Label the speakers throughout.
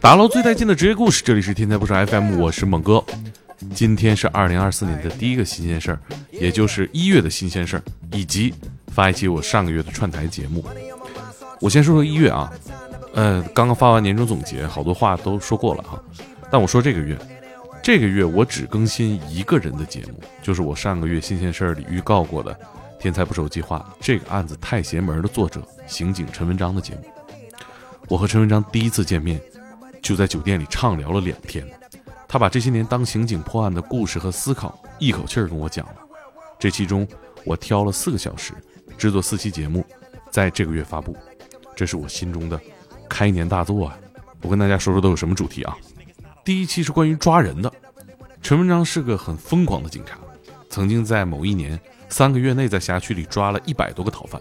Speaker 1: 打捞最带劲的职业故事，这里是天才不少 FM，我是猛哥。今天是二零二四年的第一个新鲜事儿，也就是一月的新鲜事儿，以及发一期我上个月的串台节目。我先说说一月啊，呃，刚刚发完年终总结，好多话都说过了哈、但我说这个月，这个月我只更新一个人的节目，就是我上个月新鲜事儿里预告过的《天才捕手计划》这个案子太邪门的作者刑警陈文章的节目。我和陈文章第一次见面，就在酒店里畅聊了两天。他把这些年当刑警破案的故事和思考，一口气儿跟我讲了。这其中，我挑了四个小时，制作四期节目，在这个月发布。这是我心中的开年大作啊！我跟大家说说都有什么主题啊？第一期是关于抓人的。陈文章是个很疯狂的警察，曾经在某一年三个月内在辖区里抓了一百多个逃犯。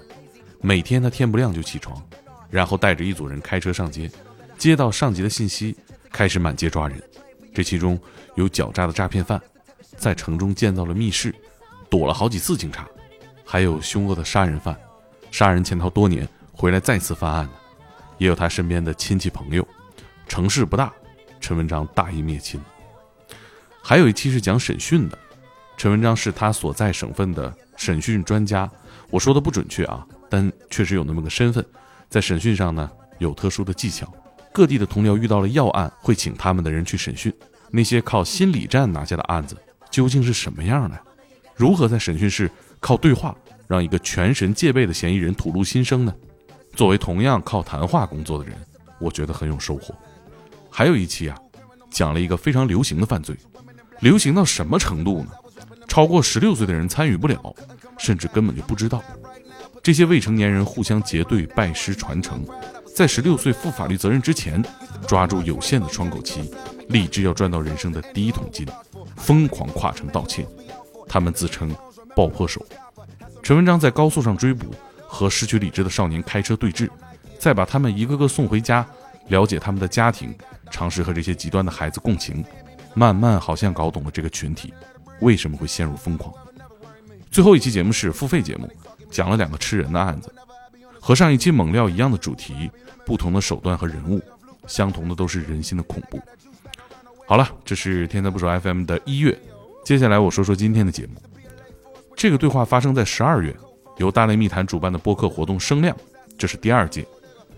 Speaker 1: 每天他天不亮就起床，然后带着一组人开车上街，接到上级的信息，开始满街抓人。这其中有狡诈的诈骗犯，在城中建造了密室，躲了好几次警察；还有凶恶的杀人犯，杀人潜逃多年，回来再次犯案的；也有他身边的亲戚朋友。城市不大，陈文章大义灭亲。还有一期是讲审讯的，陈文章是他所在省份的审讯专家。我说的不准确啊，但确实有那么个身份，在审讯上呢有特殊的技巧。各地的同僚遇到了要案，会请他们的人去审讯。那些靠心理战拿下的案子究竟是什么样的？如何在审讯室靠对话让一个全神戒备的嫌疑人吐露心声呢？作为同样靠谈话工作的人，我觉得很有收获。还有一期啊，讲了一个非常流行的犯罪，流行到什么程度呢？超过十六岁的人参与不了，甚至根本就不知道。这些未成年人互相结对、拜师传承，在十六岁负法律责任之前，抓住有限的窗口期，立志要赚到人生的第一桶金，疯狂跨城盗窃。他们自称“爆破手”。陈文章在高速上追捕和失去理智的少年开车对峙，再把他们一个个送回家，了解他们的家庭，尝试和这些极端的孩子共情，慢慢好像搞懂了这个群体为什么会陷入疯狂。最后一期节目是付费节目，讲了两个吃人的案子，和上一期猛料一样的主题，不同的手段和人物，相同的都是人心的恐怖。好了，这是天才不手 FM 的一月，接下来我说说今天的节目。这个对话发生在十二月，由大内密谈主办的播客活动“声量”，这是第二届，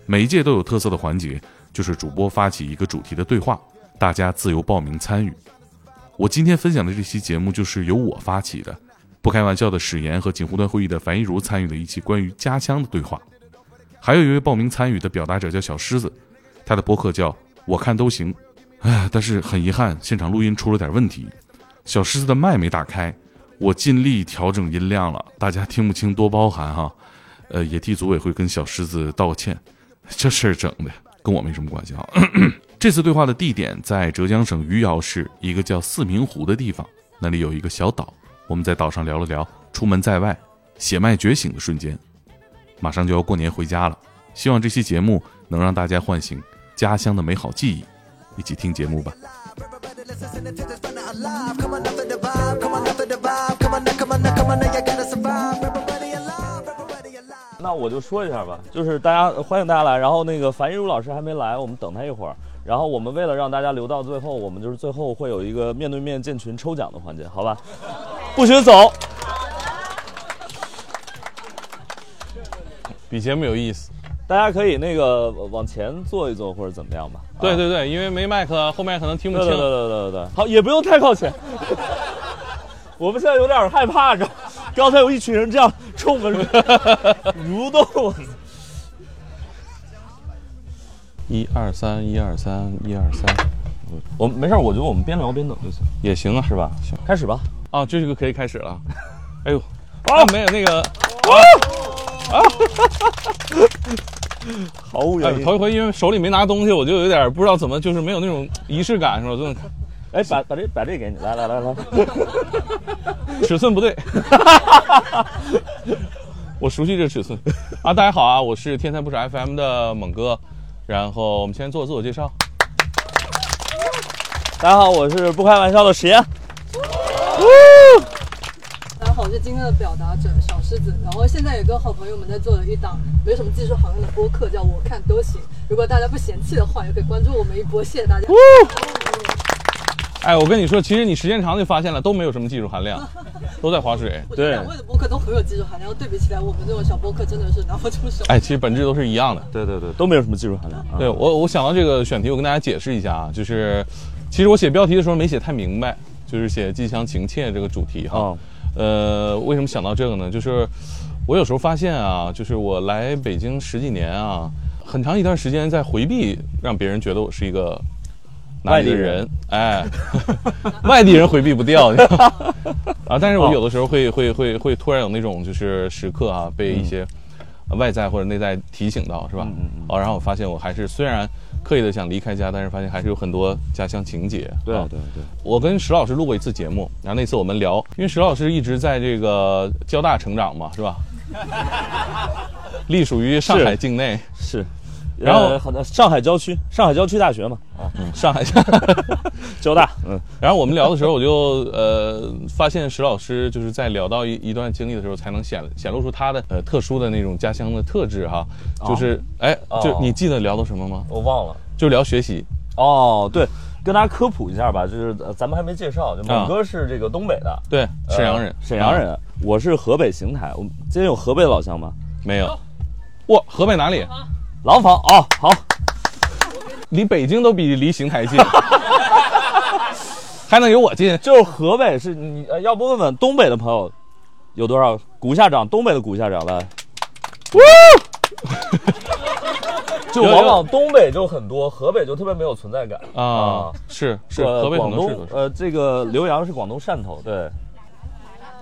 Speaker 1: 每一届都有特色的环节，就是主播发起一个主题的对话，大家自由报名参与。我今天分享的这期节目就是由我发起的，不开玩笑的史岩和锦湖端会议的樊一茹参与的一期关于家乡的对话，还有一位报名参与的表达者叫小狮子，他的博客叫“我看都行”，唉，但是很遗憾，现场录音出了点问题，小狮子的麦没打开，我尽力调整音量了，大家听不清多包涵哈，呃，也替组委会跟小狮子道个歉，这事儿整的跟我没什么关系哈。 这次对话的地点在浙江省余姚市一个叫四明湖的地方，那里有一个小岛。我们在岛上聊了聊出门在外血脉觉醒的瞬间。马上就要过年回家了，希望这期节目能让大家唤醒家乡的美好记忆，一起听节目吧。
Speaker 2: Everybody, let's listen to this banner alive. Come on, up for the vibe. Come on, up for the vibe. Come on, now, come on, now, come on, now, you gotta survive. Everybody alive. Everybody alive.
Speaker 3: 那我就说一下吧，就是大家欢迎大家来，然后那个樊一茹老师还没来，我们等他一会儿。然后我们为了让大家留到最后，我们就是最后会有一个面对面建群抽奖的环节，好吧？不许走！
Speaker 4: 比节目有意思。
Speaker 3: 大家可以那个往前坐一坐或者怎么样吧？
Speaker 4: 对
Speaker 3: 啊
Speaker 4: 对对，因为没麦克，后面可能听不
Speaker 3: 对对对
Speaker 4: 清。
Speaker 3: 对对对对，好，也不用太靠前。 我们现在有点害怕，知道吗？刚才有一群人这样冲我们蠕动，我操
Speaker 4: 一二三，一二三，一二三，
Speaker 3: 我们没事儿，我觉得我们边聊边等就行，
Speaker 4: 也行啊，
Speaker 3: 是吧？
Speaker 4: 行
Speaker 3: 开始吧。
Speaker 4: 啊，这个可以开始 了。哎呦，啊，没有那个，
Speaker 3: 毫无
Speaker 4: 哎，头一回因为手里没拿东西，我就有点不知道怎么，就是没有那种仪式感，是吧？ 真的
Speaker 3: 哎，把把这把这给你，来来来来，
Speaker 4: 尺寸 不对，我熟悉这尺寸 啊。大家好啊，我是天才不傻 FM 的猛哥，然后我们先做自我介绍。
Speaker 3: 啊大家好，我是不开玩笑的实验。
Speaker 5: 大家好，我是今天的表达者小狮子，然后现在也跟好朋友们在做了一档没什么技术含量的播客，叫我看都行。如果大家不嫌弃的话，也可以关注我们一波，谢谢大家。
Speaker 4: 哎，我跟你说，其实你时间长就发现了，都没有什么技术含量，都在划 水。
Speaker 5: 我觉得两位的播客都很有技术含量，对比起来，我们这种小播客真的是拿不出手。
Speaker 4: 哎，其实本质都是一样的。
Speaker 3: 对对对，都没有什么技术含量。啊
Speaker 4: 对我，我想到这个选题，我跟大家解释一下啊，就是其实我写标题的时候没写太明白，就是写“寄乡情切”这个主题哈。
Speaker 3: 哦
Speaker 4: 呃，为什么想到这个呢？就是我有时候发现啊，就是我来北京十几年啊，很长一段时间在回避让别人觉得我是一个哪里的人，哎， 外地人回避不掉。你 知道吗啊，但是我有的时候会会会会突然有那种就是时刻啊，被一些外在或者内在提醒到，是吧？嗯嗯哦，然后我发现我还是虽然刻意的想离开家，但是发现还是有很多家乡情结。
Speaker 3: 对
Speaker 4: 啊
Speaker 3: 对对，
Speaker 4: 我跟石老师录过一次节目，然后那次我们聊，因为石老师一直在这个交大成长嘛，是 吧？隶属于上海境内，
Speaker 3: 是。
Speaker 4: 然后
Speaker 3: 呃好的，上海郊区，上海郊区大学嘛，
Speaker 4: 上海。
Speaker 3: 交大，嗯，
Speaker 4: 然后我们聊的时候，我就呃发现石老师就是在聊到一一段经历的时候，才能显显露出他的呃特殊的那种家乡的特质哈，
Speaker 3: 哦
Speaker 4: 就是哎，就你记得聊到什么吗？
Speaker 3: 我忘了。
Speaker 4: 就聊学习，
Speaker 3: 哦，对，跟大家科普一下吧，就是呃咱们还没介绍，就猛哥是这个东北的，
Speaker 4: 对，
Speaker 3: 呃
Speaker 4: 沈阳人，
Speaker 3: 沈阳人，我是河北邢台，我们今天有河北老乡吗？
Speaker 4: 没有。哇，河北哪里？
Speaker 3: 廊坊哦，好，
Speaker 4: 离北京都比离邢台 近，还能有我近？
Speaker 3: 就是河北是你，呃要不问问东北的朋友有多少？鼓下掌，东北的鼓下掌 来。就
Speaker 4: 有有
Speaker 3: 往往东北就很多，河北就特别没有存在感
Speaker 4: 啊，是是，
Speaker 3: 呃
Speaker 4: 河北很
Speaker 3: 广
Speaker 4: 多
Speaker 3: 东
Speaker 4: 是都是。
Speaker 3: 呃，这个浏阳是广东汕头，对，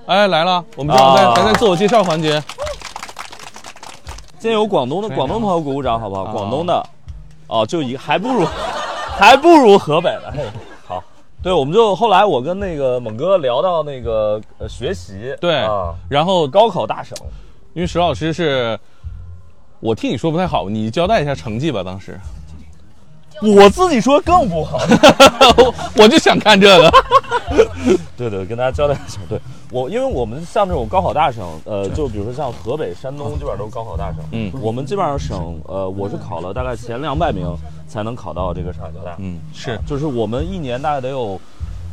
Speaker 4: 哎，来了，我们正好在
Speaker 3: 啊
Speaker 4: 还在自我介绍环节。
Speaker 3: 今天有广东的
Speaker 4: 哎
Speaker 3: 广东朋友鼓鼓掌好不好？
Speaker 4: 啊
Speaker 3: 广东的，哦，就一还不如 还不如河北的。嘿好，对，我们就后来我跟那个猛哥聊到那个呃学习，
Speaker 4: 对
Speaker 3: 啊，
Speaker 4: 然后，
Speaker 3: 高考大省，
Speaker 4: 因为石老师是，我替你说不太好，你交代一下成绩吧。当时，
Speaker 3: 我自己说更不好。
Speaker 4: 我就想看这个。
Speaker 3: 对对，跟大家交代一下，对我，因为我们像这种高考大省，呃，就比如说像河北、山东，基本上都是高考大省。
Speaker 4: 嗯
Speaker 3: 我们基本上省，呃，我是考了大概前两百名才能考到这个上海交大。啊
Speaker 4: 嗯，是
Speaker 3: 就是我们一年大概得有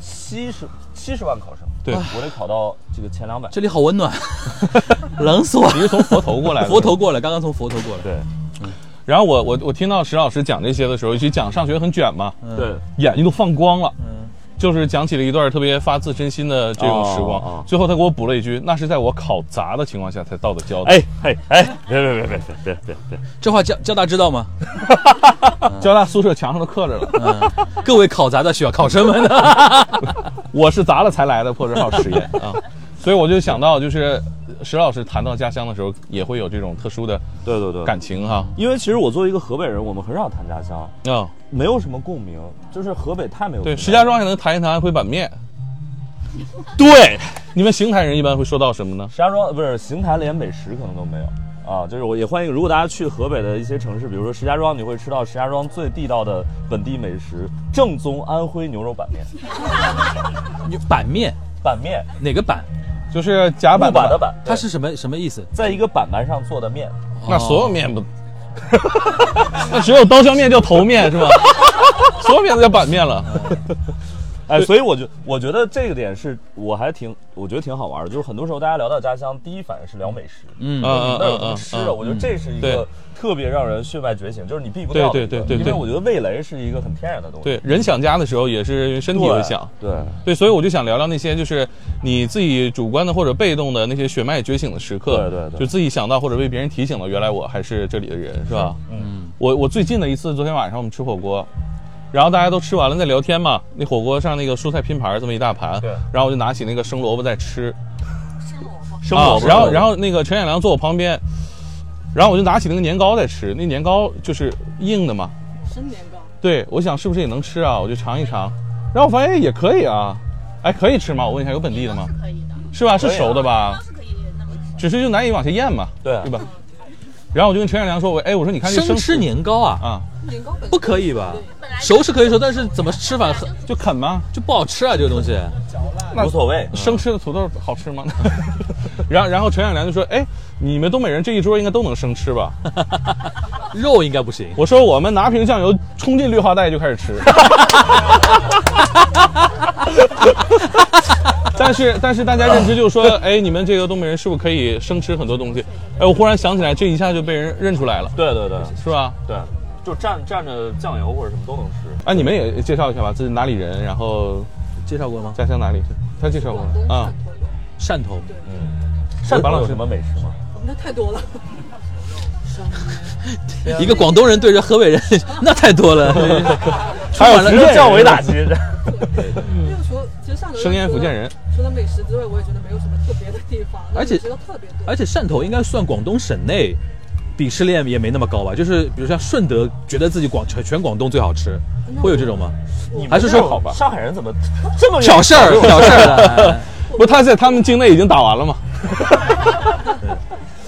Speaker 3: 七十七十万考生，
Speaker 4: 对
Speaker 3: 我得考到这个前两百。
Speaker 6: 这里好温暖，冷死我！
Speaker 4: 你是从佛头过来的，
Speaker 6: 佛头。过来，刚刚从佛头过来。
Speaker 3: 对
Speaker 4: 然后我我我听到石老师讲这些的时候，尤其讲上学很卷嘛，
Speaker 6: 嗯
Speaker 3: 对，
Speaker 4: 眼睛都放光了。
Speaker 6: 嗯
Speaker 4: 就是讲起了一段特别发自真心的这种时光，
Speaker 3: 哦哦
Speaker 4: 最后他给我补了一句：“那是在我考砸的情况下才到的交大。”
Speaker 3: 哎嘿哎，别别别别别别别，
Speaker 6: 这话交交大知道 吗？
Speaker 4: 交大宿舍墙上都刻着了，
Speaker 6: 嗯，各位考砸的学考生们呢？
Speaker 4: 我是砸了才来的破折号实验
Speaker 6: 嗯
Speaker 4: 啊，所以我就想到，就是石老师谈到家乡的时候，也会有这种特殊的
Speaker 3: 对对对，
Speaker 4: 感情哈。
Speaker 3: 因为其实我作为一个河北人，我们很少谈家乡，
Speaker 6: 嗯
Speaker 4: 啊，
Speaker 3: 没
Speaker 4: 没
Speaker 3: 有什么共鸣，就是河北太没有
Speaker 4: 对，
Speaker 3: 共鸣
Speaker 4: 石家庄还能谈一谈安徽板面。
Speaker 3: 对。
Speaker 4: 你们邢台人一般会说到什么呢？
Speaker 3: 石家庄呃不是邢台，连美食可能都没有啊。就是我也欢迎，如果大家去河北的一些城市，比如说石家庄，你会吃到石家庄最地道的本地美食——正宗安徽牛肉板面。
Speaker 6: 你板面
Speaker 3: 板面，
Speaker 6: 哪个板？
Speaker 4: 就是夹
Speaker 3: 木
Speaker 4: 板
Speaker 3: 板的
Speaker 4: 的
Speaker 3: 板，
Speaker 6: 它
Speaker 3: 对
Speaker 6: 是什么什么意思？
Speaker 3: 在一个板板上做的面。
Speaker 4: 那所有面不，那只有刀削面叫头面是吧？所有面都叫板面了。
Speaker 3: 哎，所以我就我觉得这个点是我还挺，我觉得挺好玩的。就是很多时候大家聊到家乡，第一反应是聊美食，
Speaker 6: 嗯
Speaker 4: 嗯嗯
Speaker 3: 那有
Speaker 4: 嗯
Speaker 3: 什么
Speaker 4: 嗯
Speaker 3: 吃的？
Speaker 4: 嗯，
Speaker 3: 我觉得这是一个
Speaker 4: 对
Speaker 3: 特别让人血脉觉醒，就是你避不掉的一个。
Speaker 4: 对对对对
Speaker 3: 因为
Speaker 4: 对
Speaker 3: 我觉得味蕾是一个很天然的东西。
Speaker 4: 对，人想家的时候也是身体
Speaker 3: 对，
Speaker 4: 会想。
Speaker 3: 对。
Speaker 4: 对，所以我就想聊聊那些就是你自己主观的或者被动的那些血脉觉醒的时刻，
Speaker 3: 对对对
Speaker 4: 就自己想到或者被别人提醒了，原来我还是这里的人，是吧？嗯，我我最近的一次，昨天晚上我们吃火锅，然后大家都吃完了在聊天嘛，那火锅上那个蔬菜拼盘儿这么一大盘，
Speaker 3: 对
Speaker 4: 然后我就拿起那个生萝卜在吃，
Speaker 3: 生活、
Speaker 4: 啊，然后然后那个陈远良坐我旁边，然后我就拿起那个年糕在吃，那年糕就是硬的嘛，
Speaker 5: 生年糕，
Speaker 4: 对，我想是不是也能吃啊？我就尝一尝，然后我发现也可以啊，哎，可以吃吗？我问一下，有本地的吗？
Speaker 7: 可以的，
Speaker 4: 是吧？是
Speaker 3: 可以啊
Speaker 4: 熟的吧？
Speaker 7: 是可以那么吃。
Speaker 4: 只是就难以往下咽嘛，
Speaker 3: 对啊
Speaker 4: 对吧？然后我就跟陈彦良说，我哎，我说你看这
Speaker 6: 生
Speaker 4: 生
Speaker 6: 吃年糕啊，
Speaker 4: 啊，
Speaker 5: 年糕本
Speaker 6: 不可以吧
Speaker 5: 对？
Speaker 6: 熟是可以熟，但是怎么吃法很
Speaker 4: 就啃吗？
Speaker 6: 就不好吃啊，这个东西。
Speaker 4: 那
Speaker 3: 无所谓。
Speaker 6: 嗯
Speaker 4: 生吃的土豆好吃吗？ 然后然后陈彦良就说，哎，你们东北人这一桌应该都能生吃吧？。
Speaker 6: 肉应该不行
Speaker 4: 我说我们拿瓶酱油冲进绿化带就开始吃。但是但是大家认知就说，哎，你们这个东北人是不是可以生吃很多东西？哎，我忽然想起来，这一下就被人认出来了，
Speaker 3: 对对对
Speaker 4: 是吧？
Speaker 3: 对，就蘸蘸着酱油或者什么都能吃。
Speaker 4: 啊，你们也介绍一下吧，自己哪里人，然后
Speaker 6: 介绍过吗？
Speaker 4: 家乡哪里？他介绍过
Speaker 5: 广东
Speaker 4: 了啊
Speaker 5: 汕。头有，
Speaker 6: 汕头
Speaker 3: 汕
Speaker 4: 王
Speaker 3: 头
Speaker 4: 老
Speaker 3: 有
Speaker 4: 师
Speaker 3: 什么美食吗？
Speaker 5: 那太多了。上面
Speaker 6: 一个广东人对啊着河北人， 那太多 了，充满了
Speaker 4: 福建人
Speaker 3: 降维打击。
Speaker 5: 因 为除了其实汕头
Speaker 4: 生腌福建人，
Speaker 5: 嗯除了美食之外，我也觉得没有什么特别的地方，
Speaker 6: 而且
Speaker 5: 觉得特别多。
Speaker 6: 而且汕头应该算广东省内鄙视链也没那么高吧？就是比如像顺德，觉得自己广全全广东最好吃，会有这种吗？
Speaker 3: 你们
Speaker 6: 还是
Speaker 3: 这
Speaker 6: 说
Speaker 3: 种
Speaker 6: 好吧
Speaker 3: 上海人怎么这么
Speaker 6: 挑事儿，挑事儿的。
Speaker 4: 不，他在他们境内已经打完了吗？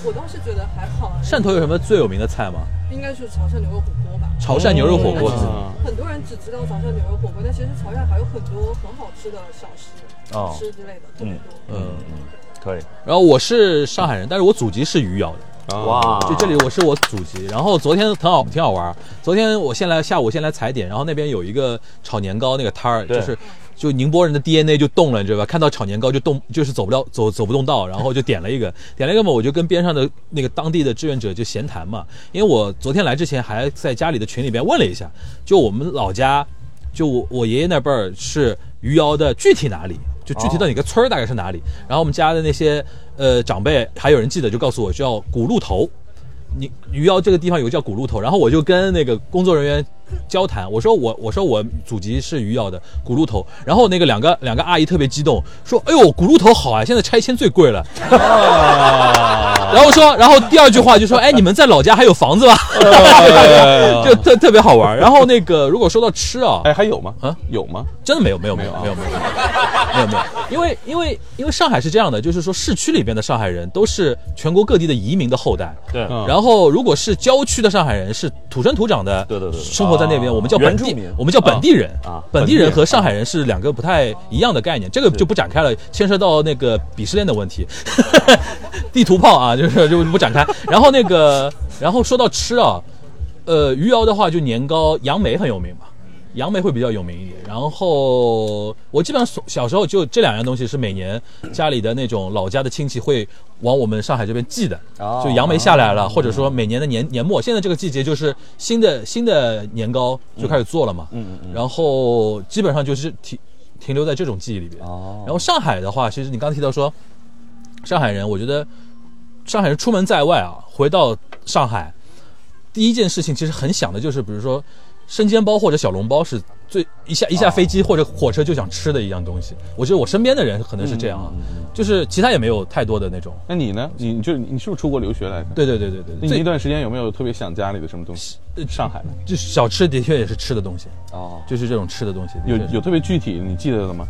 Speaker 5: 我倒是觉得还好，
Speaker 6: 汕头有什么最有名的菜吗？
Speaker 5: 应该是潮汕牛肉火锅吧。
Speaker 6: 潮汕牛肉火锅。
Speaker 4: 啊
Speaker 5: 很多人只知道潮汕牛肉火锅，但其实潮汕还有很多很好吃的小吃、
Speaker 3: 哦
Speaker 5: 吃之类的，特别多。
Speaker 6: 嗯，
Speaker 3: 可以
Speaker 6: 然后我是上海人，但是我祖籍是余姚的。
Speaker 3: 哇？
Speaker 6: 就这里我是我祖籍，然后昨天很好挺好玩儿。昨天我先来下午先来踩点，然后那边有一个炒年糕那个摊儿，
Speaker 3: 对
Speaker 6: 就是就宁波人的 DNA 就动了，你知道吧？看到炒年糕就动，就是走不了走走不动道，然后就点了一个，点了一个嘛，我就跟边上的那个当地的志愿者就闲谈嘛，因为我昨天来之前还在家里的群里边问了一下，就我们老家，就我我爷爷那辈儿是余姚的具体哪里？就具体到哪个村儿大概是哪里，然后我们家的那些呃长辈还有人记得就告诉我叫古路头，你余姚这个地方有个叫古路头，然后我就跟那个工作人员交谈，我说我我说我祖籍是余姚的古路头，然后那个两个两个阿姨特别激动，说哎呦古路头好啊，现在拆迁最贵了，然后说，然后第二句话就说哎你们在老家还有房子吧， 就特特别好玩。然后那个如果说到吃啊，
Speaker 4: 哎，还有吗？
Speaker 6: 啊
Speaker 4: 啊，有吗？
Speaker 6: 真的没有没有没有没有没有没有没有，因为因为因为上海是这样的，就是说市区里边的上海人都是全国各地的移民的后代，
Speaker 3: 对
Speaker 4: 嗯
Speaker 6: 然后，如果是郊区的上海人，是土生土长的，
Speaker 3: 对对对对
Speaker 6: 生活在那边，
Speaker 4: 啊
Speaker 6: 我们叫本
Speaker 3: 原住
Speaker 6: 地
Speaker 3: 民，
Speaker 6: 我们叫本地人
Speaker 3: 啊啊
Speaker 6: 本地人和上海人是两个不太一样的概念，这个就不展开了，牵涉到那个鄙视链的问题， 地图炮啊，就是就不展 开。然后那个，然后说到吃啊，呃，余姚的话就年糕、杨梅很有名嘛。杨梅会比较有名一点，然后我基本上所小时候就这两样东西是每年家里的那种老家的亲戚会往我们上海这边寄的，
Speaker 3: 哦
Speaker 6: 就杨梅下来了，或者说每年的年年末，现在这个季节就是新的新的年糕就开始做了嘛，嗯嗯，然后基本上就是停停留在这种记忆里边。
Speaker 3: 哦
Speaker 6: 然后上海的话，其实你刚提到说，上海人，我觉得上海人出门在外啊，回到上海，第一件事情其实很想的就是，比如说生煎包或者小笼包是最一
Speaker 4: 哦
Speaker 6: 下一下飞机或者火车就想吃的一样东西。我觉得我身边的人可能是这样
Speaker 4: 嗯
Speaker 6: 啊，就是其他也没有太多的那种。
Speaker 4: 那你呢？你你就你是不是出国留学来着？
Speaker 6: 对对对对对，呃
Speaker 4: 你那
Speaker 6: 最
Speaker 4: 段时间有没有特别想家里的什么东西？上海的
Speaker 6: 就是小吃的确也是吃的东西，
Speaker 3: 哦，
Speaker 6: 就是这种吃的东西。
Speaker 4: 有
Speaker 6: 就是
Speaker 4: 有特别具体你记得的吗？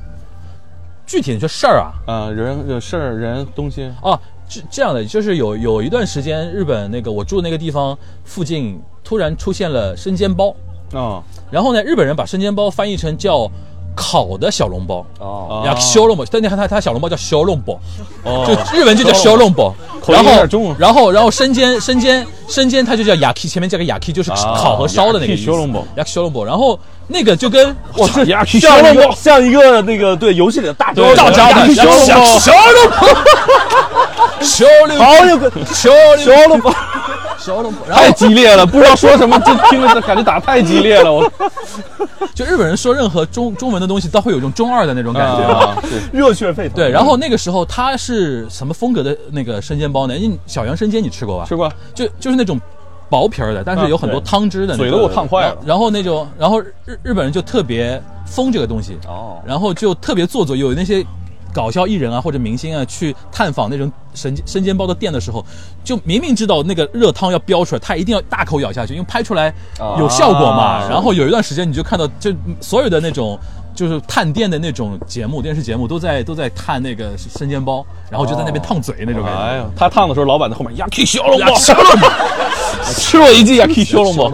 Speaker 6: 具体你说事儿啊，
Speaker 4: 啊，人呃事儿人东西
Speaker 6: 哦，这这样的，就是有有一段时间，日本那个我住那个地方附近突然出现了生煎包，
Speaker 4: 啊
Speaker 6: 然后呢，日本人把生煎包翻译成叫烤的小笼包。
Speaker 3: 哦，
Speaker 4: 啊
Speaker 6: 呀，小笼包，但你看他他小笼包叫小笼包，就日文就叫小笼包，
Speaker 4: 口音
Speaker 6: 然
Speaker 4: 有
Speaker 6: 后
Speaker 4: 点重啊
Speaker 6: 然后然后生煎生煎生煎，它就叫雅 k 前面加个雅 k 就是烤和烧的那个意思。
Speaker 4: yaki 小笼包
Speaker 6: 雅 k 小笼包，然后那个就跟
Speaker 4: 我是呀，去
Speaker 3: 像一个像一个那个对游戏里的大招
Speaker 6: 大招
Speaker 3: 小笼
Speaker 6: 小笼包，小笼包，
Speaker 4: 哦
Speaker 3: 包，有个
Speaker 6: 小笼包
Speaker 3: 小笼包，
Speaker 6: 小笼包，然后
Speaker 4: 太激烈了，不知道说什么，这听着感觉打得太激烈 了，我
Speaker 6: 就日本人说任何中中文的东西，都会有一种中二的那种感觉。
Speaker 4: 啊，是
Speaker 3: 热血沸腾。
Speaker 6: 对，然后那个时候他是什么风格的那个生煎包呢？因为小杨生煎你吃过吧？
Speaker 4: 吃过，
Speaker 6: 就就是那种薄皮儿的，但是有很多
Speaker 3: 啊对
Speaker 6: 汤汁的那种。
Speaker 4: 嘴都给我烫坏了。
Speaker 6: 然后那种，然后日日本人就特别疯这个东西，
Speaker 3: 哦
Speaker 6: 然后就特别做作，有那些搞笑艺人啊或者明星啊去探访那种神生煎包的店的时候，就明明知道那个热汤要飙出来，他一定要大口咬下去，因为拍出来有效果嘛。
Speaker 3: 啊
Speaker 6: 然后有一段时间你就看到，就所有的那种就是探店的那种节目，电视节目都在都在探那个生煎包，然后就在那边烫嘴那种感觉。
Speaker 4: 哎呀，他烫的时候，老板在后面呀，踢小笼包，吃我一记呀，踢小笼包。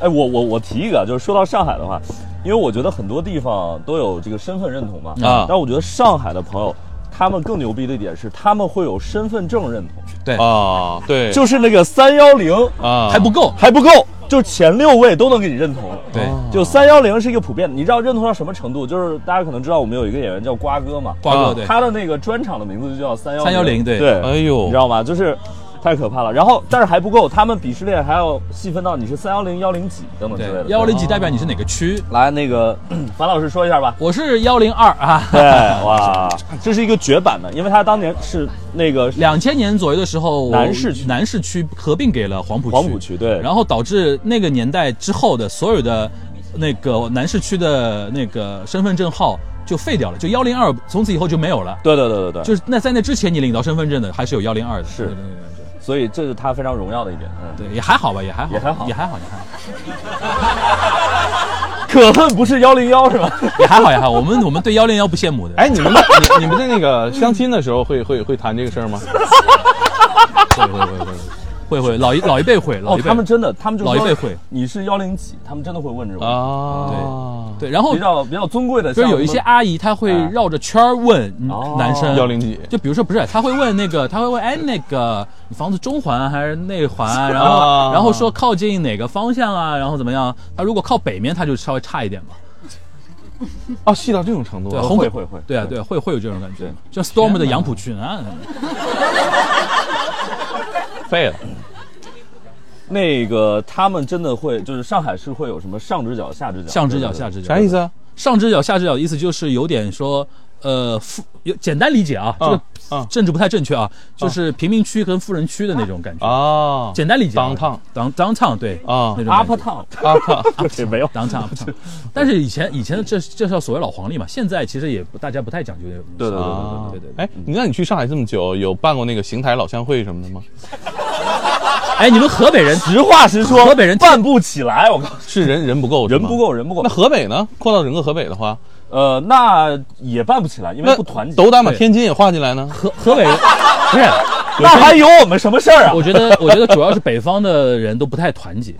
Speaker 3: 哎，我我我提一个啊，就是说到上海的话，因为我觉得很多地方都有这个身份认同嘛，
Speaker 4: 啊
Speaker 3: 但我觉得上海的朋友，他们更牛逼的一点是，他们会有身份证认同，
Speaker 6: 对，
Speaker 4: 啊，对，
Speaker 3: 就是那个三幺零
Speaker 4: 啊，
Speaker 6: 还不够。
Speaker 3: 还不够，就是前六位都能给你认同。哦
Speaker 6: 对，
Speaker 3: 就三幺零是一个普遍，你知道认同到什么程度？就是大家可能知道我们有一个演员叫瓜哥嘛，
Speaker 6: 瓜
Speaker 4: 啊
Speaker 6: 哥对，
Speaker 3: 他的那个专场的名字就叫三幺
Speaker 6: 310对
Speaker 3: 对，
Speaker 4: 哎呦
Speaker 3: 你知道吗？就是太可怕了。然后，但是还不够，他们鄙视链还要细分到你是三幺零、幺零几等等之类的。
Speaker 6: 对幺零几代表你是哪个区？
Speaker 3: 来，那个 樊老师说一下吧。
Speaker 6: 我是幺零二啊。
Speaker 3: 对，哇，这是一个绝版的，因为他当年是那个
Speaker 6: 两千年左右的时候，
Speaker 3: 南市区
Speaker 6: 南市区合并给了黄浦区，
Speaker 3: 黄浦区对
Speaker 6: 然后导致那个年代之后的所有的那个南市区的那个身份证号就废掉了，就幺零二从此以后就没有了。
Speaker 3: 对对对对对，
Speaker 6: 就是那在那之前你领到身份证的还是有幺零二的，
Speaker 3: 是
Speaker 6: 对对对
Speaker 3: 所以这是他非常荣耀的一点。嗯，
Speaker 6: 对对，也还好吧，也还好，
Speaker 3: 也还好
Speaker 6: 也还好，也还好，
Speaker 3: 可恨不是幺零幺是吧？
Speaker 6: 也还好，也还好。我们我们对幺零幺不羡慕的，
Speaker 4: 哎，你们你你们在那个相亲的时候会会会谈这个事儿 吗？
Speaker 6: 会会会会会会老一老一辈会，
Speaker 3: 哦
Speaker 6: 老一，辈
Speaker 3: 他们真的，他们就说
Speaker 6: 老一辈会
Speaker 3: 你是幺零几，他们真的会问这个问题。
Speaker 4: 啊，
Speaker 6: 对，然后
Speaker 3: 比较比较尊贵的，
Speaker 6: 就是
Speaker 3: 像
Speaker 6: 有一
Speaker 3: 什么
Speaker 6: 些阿姨，她会绕着圈儿问
Speaker 3: 哦
Speaker 6: 男生
Speaker 4: 幺零几
Speaker 6: 就比如说不是，她会问那个，她会问哎那个你房子中环啊还是内环啊，然后、
Speaker 4: 啊
Speaker 6: 然后说靠近哪个方向啊，然后怎么样？她如果靠北面，她就稍微差一点嘛。
Speaker 4: 啊，细到这种程度
Speaker 6: 对，
Speaker 4: 啊，
Speaker 6: 红
Speaker 3: 会
Speaker 6: 北
Speaker 3: 会会
Speaker 6: 对啊对啊会会有这种感觉，像 Storm 的杨浦区啊，
Speaker 4: 废了。
Speaker 3: 那个他们真的会，就是上海是会有什么上直角、下直角、
Speaker 6: 上直角
Speaker 3: 对
Speaker 6: 下直角
Speaker 4: 啥意思？啊？
Speaker 6: 上直角下直角的意思就是有点说。呃，富有简单理解啊，
Speaker 4: 嗯
Speaker 6: 这个
Speaker 4: 嗯
Speaker 6: 政治不太正确啊，就是贫民区跟富人区的那种感觉。
Speaker 4: 啊，
Speaker 6: 简单理解啊。
Speaker 4: Downtown
Speaker 6: 当当烫对
Speaker 4: 啊
Speaker 6: 那种
Speaker 3: Up Town
Speaker 4: 啊靠
Speaker 3: 这没有
Speaker 6: 当烫 up 烫。但是以前以前的这这叫所谓老黄历嘛，现在其实也不大家不太讲究这
Speaker 3: 对对
Speaker 6: 种东西。
Speaker 3: 对
Speaker 4: 啊
Speaker 6: 对对对
Speaker 4: 哎，你那你去上海这么久，有办过那个邢台老乡会什么的吗？
Speaker 6: 哎，你们河北人
Speaker 3: 实话实说，
Speaker 6: 河北人
Speaker 3: 办不起来，我靠，
Speaker 4: 是人人不够，
Speaker 3: 人不。够，人不够
Speaker 4: 那。河北呢？扩到整个河北的话，
Speaker 3: 呃，那也办不起来，因为
Speaker 4: 那
Speaker 3: 不团结。
Speaker 4: 斗胆把
Speaker 6: 对
Speaker 4: 天津也划进来呢？
Speaker 6: 河河北人不是？
Speaker 3: 那还有我们什么事儿啊
Speaker 6: 我？觉得我觉得主要是北方的人都不太团结。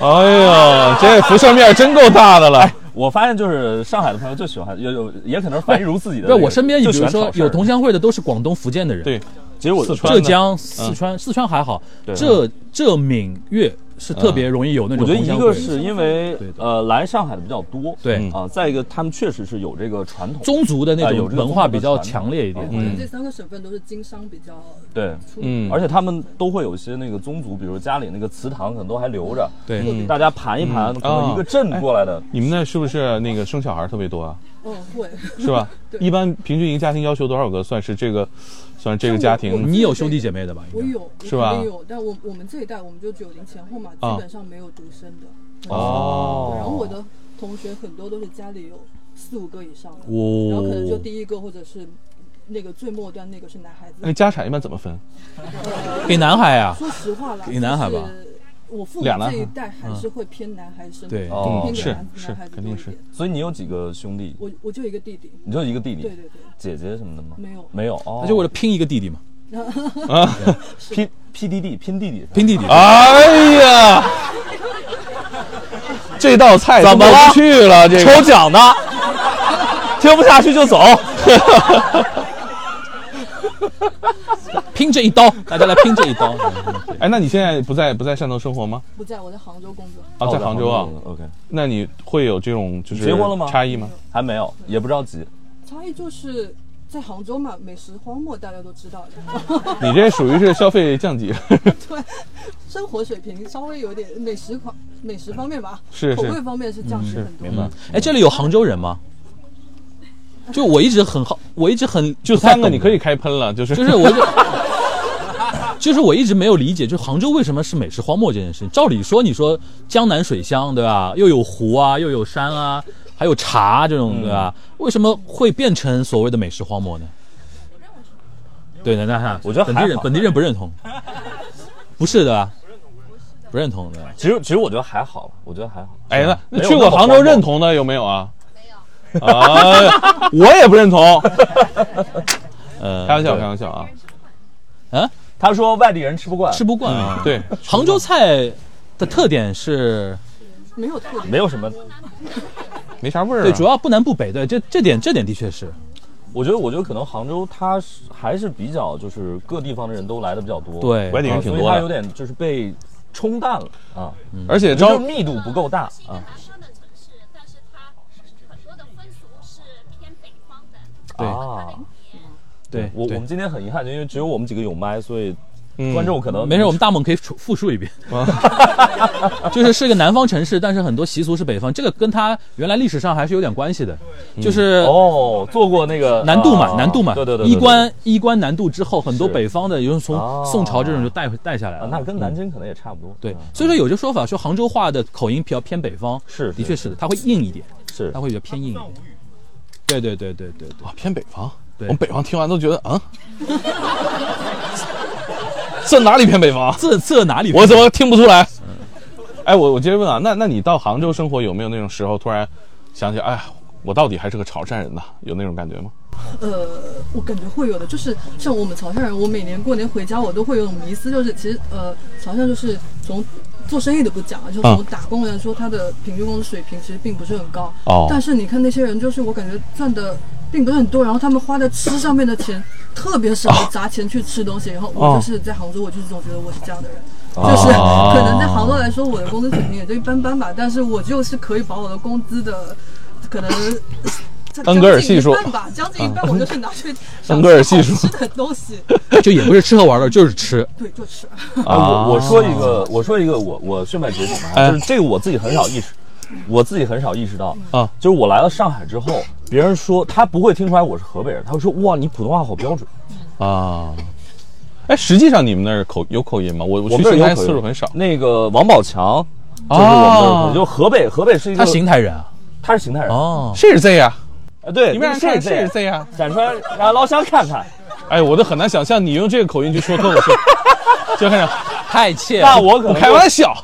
Speaker 4: 哎呦， 这辐射面真够大的了。
Speaker 3: 我发现就是上海的朋友最喜欢，有有也可能是樊一茹自己的
Speaker 6: 对
Speaker 3: 那个。
Speaker 6: 我身边，你
Speaker 3: 就
Speaker 6: 比
Speaker 3: 喜
Speaker 6: 如
Speaker 3: 欢
Speaker 6: 说
Speaker 3: 挑事儿
Speaker 6: 有同乡会的都是广东、福建的人，
Speaker 4: 对，
Speaker 3: 其实我
Speaker 4: 四川
Speaker 6: 浙
Speaker 3: 嗯
Speaker 6: 江、四川、四川还好，浙浙闽粤是特别容易有那
Speaker 3: 嗯我
Speaker 6: 种
Speaker 3: 觉得
Speaker 6: 同乡
Speaker 3: 一
Speaker 6: 会
Speaker 3: 个
Speaker 6: 的。
Speaker 3: 是因为
Speaker 6: 对对
Speaker 3: 呃来上海的比较多，
Speaker 6: 对
Speaker 3: 啊，再一个他们确实是有这个传统，
Speaker 6: 宗族的那
Speaker 3: 啊有
Speaker 6: 种
Speaker 3: 这个
Speaker 6: 文化比
Speaker 3: 宗
Speaker 6: 较
Speaker 3: 族的传统
Speaker 6: 强烈一点。
Speaker 3: 嗯
Speaker 5: 这三个省份都是经商比较
Speaker 3: 对，
Speaker 5: 出名。
Speaker 4: 嗯，
Speaker 3: 而且他们都会有一些那个宗族，比如家里那个祠堂可能都还留着，
Speaker 6: 对
Speaker 3: 嗯大家盘一盘，可能一个镇过来的，
Speaker 4: 你们那是不是那个生小孩特别多啊？
Speaker 5: 嗯，会。
Speaker 4: 是 吧？一般平均一个家庭要求多少个算是这个，算是这个家
Speaker 5: 我
Speaker 4: 庭
Speaker 5: 们
Speaker 6: 你有兄弟姐妹的吧？应
Speaker 5: 我
Speaker 6: 该
Speaker 5: 有，我
Speaker 4: 是吧
Speaker 5: 肯定有，但我我们这一代，我们就九零前后嘛，
Speaker 4: 啊
Speaker 5: 基本上没有独生的。
Speaker 4: 哦
Speaker 5: 然后我的同学很多都是家里有四五个以上的，
Speaker 6: 哦
Speaker 5: 然后可能就第一个或者是那个最末端那个是男孩
Speaker 4: 那
Speaker 5: 子。
Speaker 4: 家产一般怎么分？
Speaker 6: 给男孩啊，
Speaker 5: 说实话啦，
Speaker 6: 给男孩吧。
Speaker 5: 我父母
Speaker 4: 俩男孩嗯
Speaker 5: 这一代还是会偏男孩生，
Speaker 6: 对嗯
Speaker 3: 哦
Speaker 5: 偏给
Speaker 4: 是
Speaker 5: 男
Speaker 4: 是
Speaker 5: 男孩子
Speaker 4: 肯
Speaker 5: 多
Speaker 4: 定
Speaker 5: 一
Speaker 4: 是嗯
Speaker 5: 点。
Speaker 3: 所以你有几个兄弟？
Speaker 5: 我我就一个弟弟，
Speaker 3: 你就一个弟弟，
Speaker 5: 对对对，
Speaker 3: 姐姐什么的吗？
Speaker 5: 没有
Speaker 3: 没有哦，
Speaker 6: 那就为了拼一个弟弟嘛，
Speaker 3: 拼拼弟弟，拼弟弟。
Speaker 6: 拼弟弟。
Speaker 3: 啊
Speaker 4: 哎呀，这道菜
Speaker 3: 怎么了
Speaker 4: 都不去了，这个
Speaker 3: 抽奖的，听不下去就走。
Speaker 6: 拼这一刀，大家来拼这一刀。嗯
Speaker 4: 哎，那你现在不在不在汕头生活吗？
Speaker 5: 不在我在杭州工作。
Speaker 3: 哦
Speaker 4: 啊，在杭州啊。
Speaker 3: ，OK，
Speaker 4: 那你会有这种就是
Speaker 3: 结婚了吗
Speaker 4: 差异吗？
Speaker 3: 还没有，也不着急。
Speaker 5: 差异就是在杭州嘛，美食荒漠大家都知道的，
Speaker 4: 你这属于是消费降 级，
Speaker 5: 生活水平稍微有点美食狂，美食方面吧，
Speaker 4: 是嗯
Speaker 5: 口
Speaker 4: 是
Speaker 5: 味方面是降低很多。的。
Speaker 6: 哎，这里有杭州人吗？就我一直很好，我一直很
Speaker 4: 就
Speaker 6: 不太
Speaker 4: 三个
Speaker 6: 懂
Speaker 4: 你可以，开喷了，就是
Speaker 6: 就是我就。就是我一直没有理解，就杭州为什么是美食荒漠这件事情。照理说，你说江南水乡，对吧？又有湖啊，又有山啊，还有茶这种，对吧？
Speaker 3: 嗯
Speaker 6: 为什么会变成所谓的美食荒漠呢？对的，那哈，
Speaker 3: 我觉得
Speaker 6: 本地
Speaker 3: 还
Speaker 6: 人
Speaker 3: 好
Speaker 6: 本地人不认同，不是的吧？不认同的。
Speaker 3: 其实其实我觉得还好，我觉得还好。
Speaker 4: 哎，那
Speaker 3: 没
Speaker 4: 那
Speaker 3: 有
Speaker 4: 去过
Speaker 3: 那么
Speaker 4: 杭州
Speaker 3: 荒漠
Speaker 4: 认同的有没有啊？啊，我也不认 同，
Speaker 6: 呃，
Speaker 4: 开玩笑，开玩笑啊，
Speaker 3: 他说外地人吃不惯，
Speaker 6: 吃不惯啊。
Speaker 4: 嗯，，对，
Speaker 6: 杭州菜的特点是，
Speaker 3: 啊
Speaker 5: 没有特点。
Speaker 3: 没有什么。
Speaker 4: 没啥味儿啊，
Speaker 6: 对，主要不南不北，对，这这点这点的确是，
Speaker 3: 我觉得，我觉得可能杭州它是还是比较就是各地方的人都来的比较多，
Speaker 6: 对
Speaker 4: 外地
Speaker 3: 啊，
Speaker 4: 人
Speaker 3: 所
Speaker 4: 挺
Speaker 3: 以
Speaker 4: 多
Speaker 3: 它有
Speaker 4: 的，
Speaker 3: 点就是被冲淡了啊，
Speaker 4: 而且
Speaker 3: 就
Speaker 4: 招
Speaker 3: 是密度不够大啊。
Speaker 7: 它生的城市，但是它很多的风俗是偏北方的。
Speaker 6: 对
Speaker 3: 啊，
Speaker 6: 对，
Speaker 3: 我
Speaker 6: 对
Speaker 3: 我们今天很遗憾，因为只有我们几个有麦，所以
Speaker 4: 嗯
Speaker 3: 观众可能
Speaker 6: 没事，我们大梦可以重复述一 遍，就是是个南方城市，但是很多习俗是北方，这个跟它原来历史上还是有点关系的，就是
Speaker 3: 嗯哦做过那个
Speaker 6: 南渡嘛，
Speaker 3: 啊
Speaker 6: 南渡嘛，
Speaker 3: 对对对，对
Speaker 6: 衣冠衣冠南渡之后，很多
Speaker 3: 是
Speaker 6: 北方的，有人从
Speaker 3: 哦
Speaker 6: 宋朝这种就带回带下
Speaker 3: 对
Speaker 6: 来
Speaker 3: 啊
Speaker 6: 了，嗯
Speaker 3: 那跟南京可能也差不多，
Speaker 6: 对
Speaker 3: 啊，
Speaker 6: 所以说有些说法说杭州话的口音比较偏北方，
Speaker 3: 是
Speaker 6: 的确是的，它会硬一点，
Speaker 3: 是
Speaker 6: 它会比较偏硬一点。对对对对对对，
Speaker 4: 啊偏北方，我
Speaker 6: 对
Speaker 4: 们北方听完都觉得 啊，这哪里偏北方？啊
Speaker 6: 这这哪里？
Speaker 4: 我怎么听不出来？哎，我我接着问啊，那那你到杭州生活有没有那种时候突然想起，哎呀，我到底还是个潮汕人呐？有那种感觉吗？
Speaker 5: 呃，我感觉会有的，就是像我们潮汕人，我每年过年回家，我都会有种迷思，就是其实呃，潮汕就是从做生意的不讲啊，就从打工人说他的平均工资水平其实并不是很高，
Speaker 4: 哦
Speaker 5: 但是你看那些人，就是我感觉赚的并不是很多，然后他们花在吃上面的钱特别少，砸钱去吃东西，然后我就是在杭州，我就是总觉得我是这样的人。 就是可能在杭州来说，我的工资水平也就一般般吧，但是我就是可以把我的工资的可能
Speaker 4: 恩格尔系数啊嗯
Speaker 5: 将近一半吧，将近一半我就是拿去
Speaker 4: 恩格尔系数
Speaker 5: 想吃好吃的东西，
Speaker 6: 就也不是吃喝玩乐，就是吃。
Speaker 5: 对，就吃。
Speaker 3: 啊，我我说一
Speaker 4: 哦
Speaker 3: 个，我说一个，我我顺便提醒
Speaker 4: 哎
Speaker 3: 啊，就是这个我自己很少意识，我自己很少意识到
Speaker 4: 啊，
Speaker 3: 就是我来了上海之后，别人说他不会听出来我是河北人，他会说哇，你普通话好标准。
Speaker 4: 啊， 哎，实际上你们那儿口有口音吗？我我
Speaker 3: 我
Speaker 4: 去
Speaker 3: 们这儿
Speaker 4: 邢
Speaker 3: 有
Speaker 4: 台
Speaker 3: 口
Speaker 4: 次
Speaker 3: 音
Speaker 4: 数很少。
Speaker 3: 那个王宝强，就是我们这儿有口
Speaker 4: 啊
Speaker 3: 音，就河北，河北是一个
Speaker 6: 他邢台人啊，
Speaker 3: 他是邢台人，
Speaker 6: 哦，
Speaker 4: 是这样，
Speaker 3: 啊对，
Speaker 4: 你们
Speaker 3: 是
Speaker 4: 看是
Speaker 3: 这
Speaker 4: 这
Speaker 3: 样，
Speaker 4: 样。
Speaker 3: 展出来让老乡看 看。
Speaker 4: 哎，我都很难想象你用这个口音去说脱口 秀，就很想。
Speaker 6: 太怯了。
Speaker 3: 那我可
Speaker 4: 我
Speaker 3: 能
Speaker 4: 开玩笑，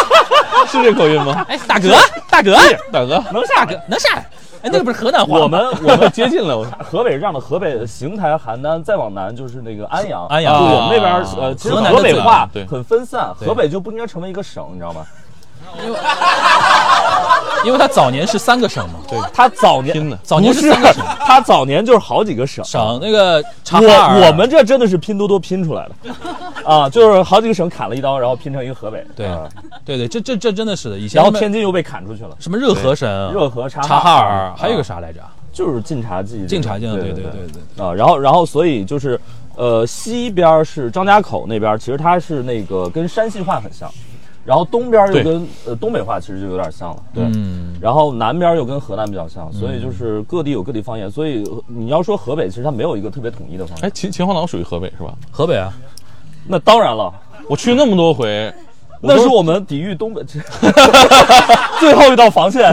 Speaker 4: 是这口音吗？
Speaker 6: 哎，大哥，大哥，
Speaker 4: 大哥，
Speaker 3: 能
Speaker 6: 大
Speaker 3: 下
Speaker 6: 哥，能下来？哎，那个不是河南话吗？
Speaker 3: 我们我
Speaker 4: 我
Speaker 3: 们
Speaker 4: 们接近了，我
Speaker 3: 河北让的河北邢台、邯郸，再往南就是那个安阳。
Speaker 6: 安阳
Speaker 3: 就我们那边儿
Speaker 4: 啊
Speaker 3: 呃，其实
Speaker 6: 河南
Speaker 3: 河
Speaker 6: 的
Speaker 3: 北
Speaker 6: 自然
Speaker 3: 话
Speaker 4: 对
Speaker 3: 很分散，
Speaker 6: 对
Speaker 3: 河北就不应该成为一个省，你知道吗？
Speaker 6: 因为他早年是三个省嘛，对，
Speaker 3: 他早年
Speaker 4: 拼的
Speaker 6: 早年
Speaker 3: 不
Speaker 6: 是
Speaker 3: 是啊
Speaker 6: 三个省，
Speaker 4: 啊
Speaker 3: 他早年就是好几个省。
Speaker 6: 省那个察哈尔，
Speaker 3: 我我们这真的是拼多多拼出来的，啊，就是好几个省砍了一刀，然后拼成一个河北。
Speaker 6: 对
Speaker 3: 啊
Speaker 6: 对对，这这这真的是的，以前
Speaker 3: 然后
Speaker 6: 他们
Speaker 3: 天津又被砍出去了，
Speaker 6: 什么热河省、
Speaker 3: 热河察
Speaker 6: 察啊哈尔，
Speaker 3: 啊
Speaker 6: 还有一个啥来着？
Speaker 3: 就是晋察冀这个，
Speaker 6: 晋察冀，
Speaker 3: 对
Speaker 6: 对对
Speaker 3: 对
Speaker 6: 对对。
Speaker 3: 啊，然后然后所以就是，呃，西边是张家口那边，其实它是那个跟山西话很像，然后东边又
Speaker 4: 对
Speaker 3: 跟呃东北话其实就有点像了，对。
Speaker 6: 嗯，
Speaker 3: 然后南边又跟河南比较像，所以就是各地有各地方言，所以呃你要说河北，其实它没有一个特别统一的方言。
Speaker 4: 哎，秦秦皇岛属于河北是吧？
Speaker 6: 河北啊，
Speaker 3: 那当然了，
Speaker 4: 我去那么多回，
Speaker 3: 那是我们抵御东北 最后一道防 线。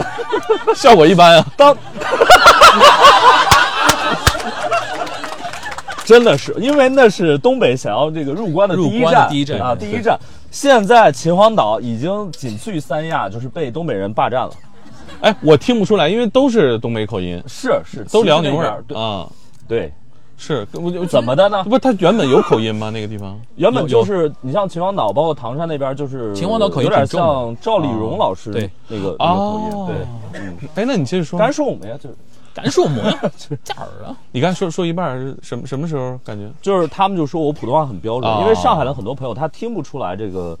Speaker 4: 效果一般啊。
Speaker 3: 当，真的是因为那是东北想要这个入关的第一
Speaker 6: 入关
Speaker 3: 站，
Speaker 6: 的第一站
Speaker 3: 啊，第
Speaker 6: 对
Speaker 3: 一站。现在秦皇岛已经仅次于三亚，就是被东北人霸占了。
Speaker 4: 哎，我听不出来，因为都是东北口音，
Speaker 3: 是是，
Speaker 4: 都辽
Speaker 3: 其实
Speaker 4: 宁味
Speaker 3: 那
Speaker 4: 儿
Speaker 3: 边
Speaker 4: 啊。
Speaker 3: 对
Speaker 4: 是，我就
Speaker 3: 对，怎么的呢？
Speaker 4: 不是他原本有口音吗？那个地方
Speaker 3: 原本
Speaker 6: 有
Speaker 3: 就是你像秦皇岛，包括唐山那边，就是
Speaker 6: 秦皇岛口音
Speaker 3: 有点
Speaker 6: 挺重的啊
Speaker 3: 像赵丽蓉老师
Speaker 6: 对啊
Speaker 3: 那个那个口音。
Speaker 4: 哦
Speaker 3: 对，。
Speaker 4: 哎，那你接着说，
Speaker 3: 甘肃我们呀，就是
Speaker 6: 甘肃 模样，这儿啊，
Speaker 4: 你刚才说说一半儿是什么什么时候感觉？
Speaker 3: 就是他们就说我普通话很标准，
Speaker 4: 哦
Speaker 3: 因为上海的很多朋友他听不出来这个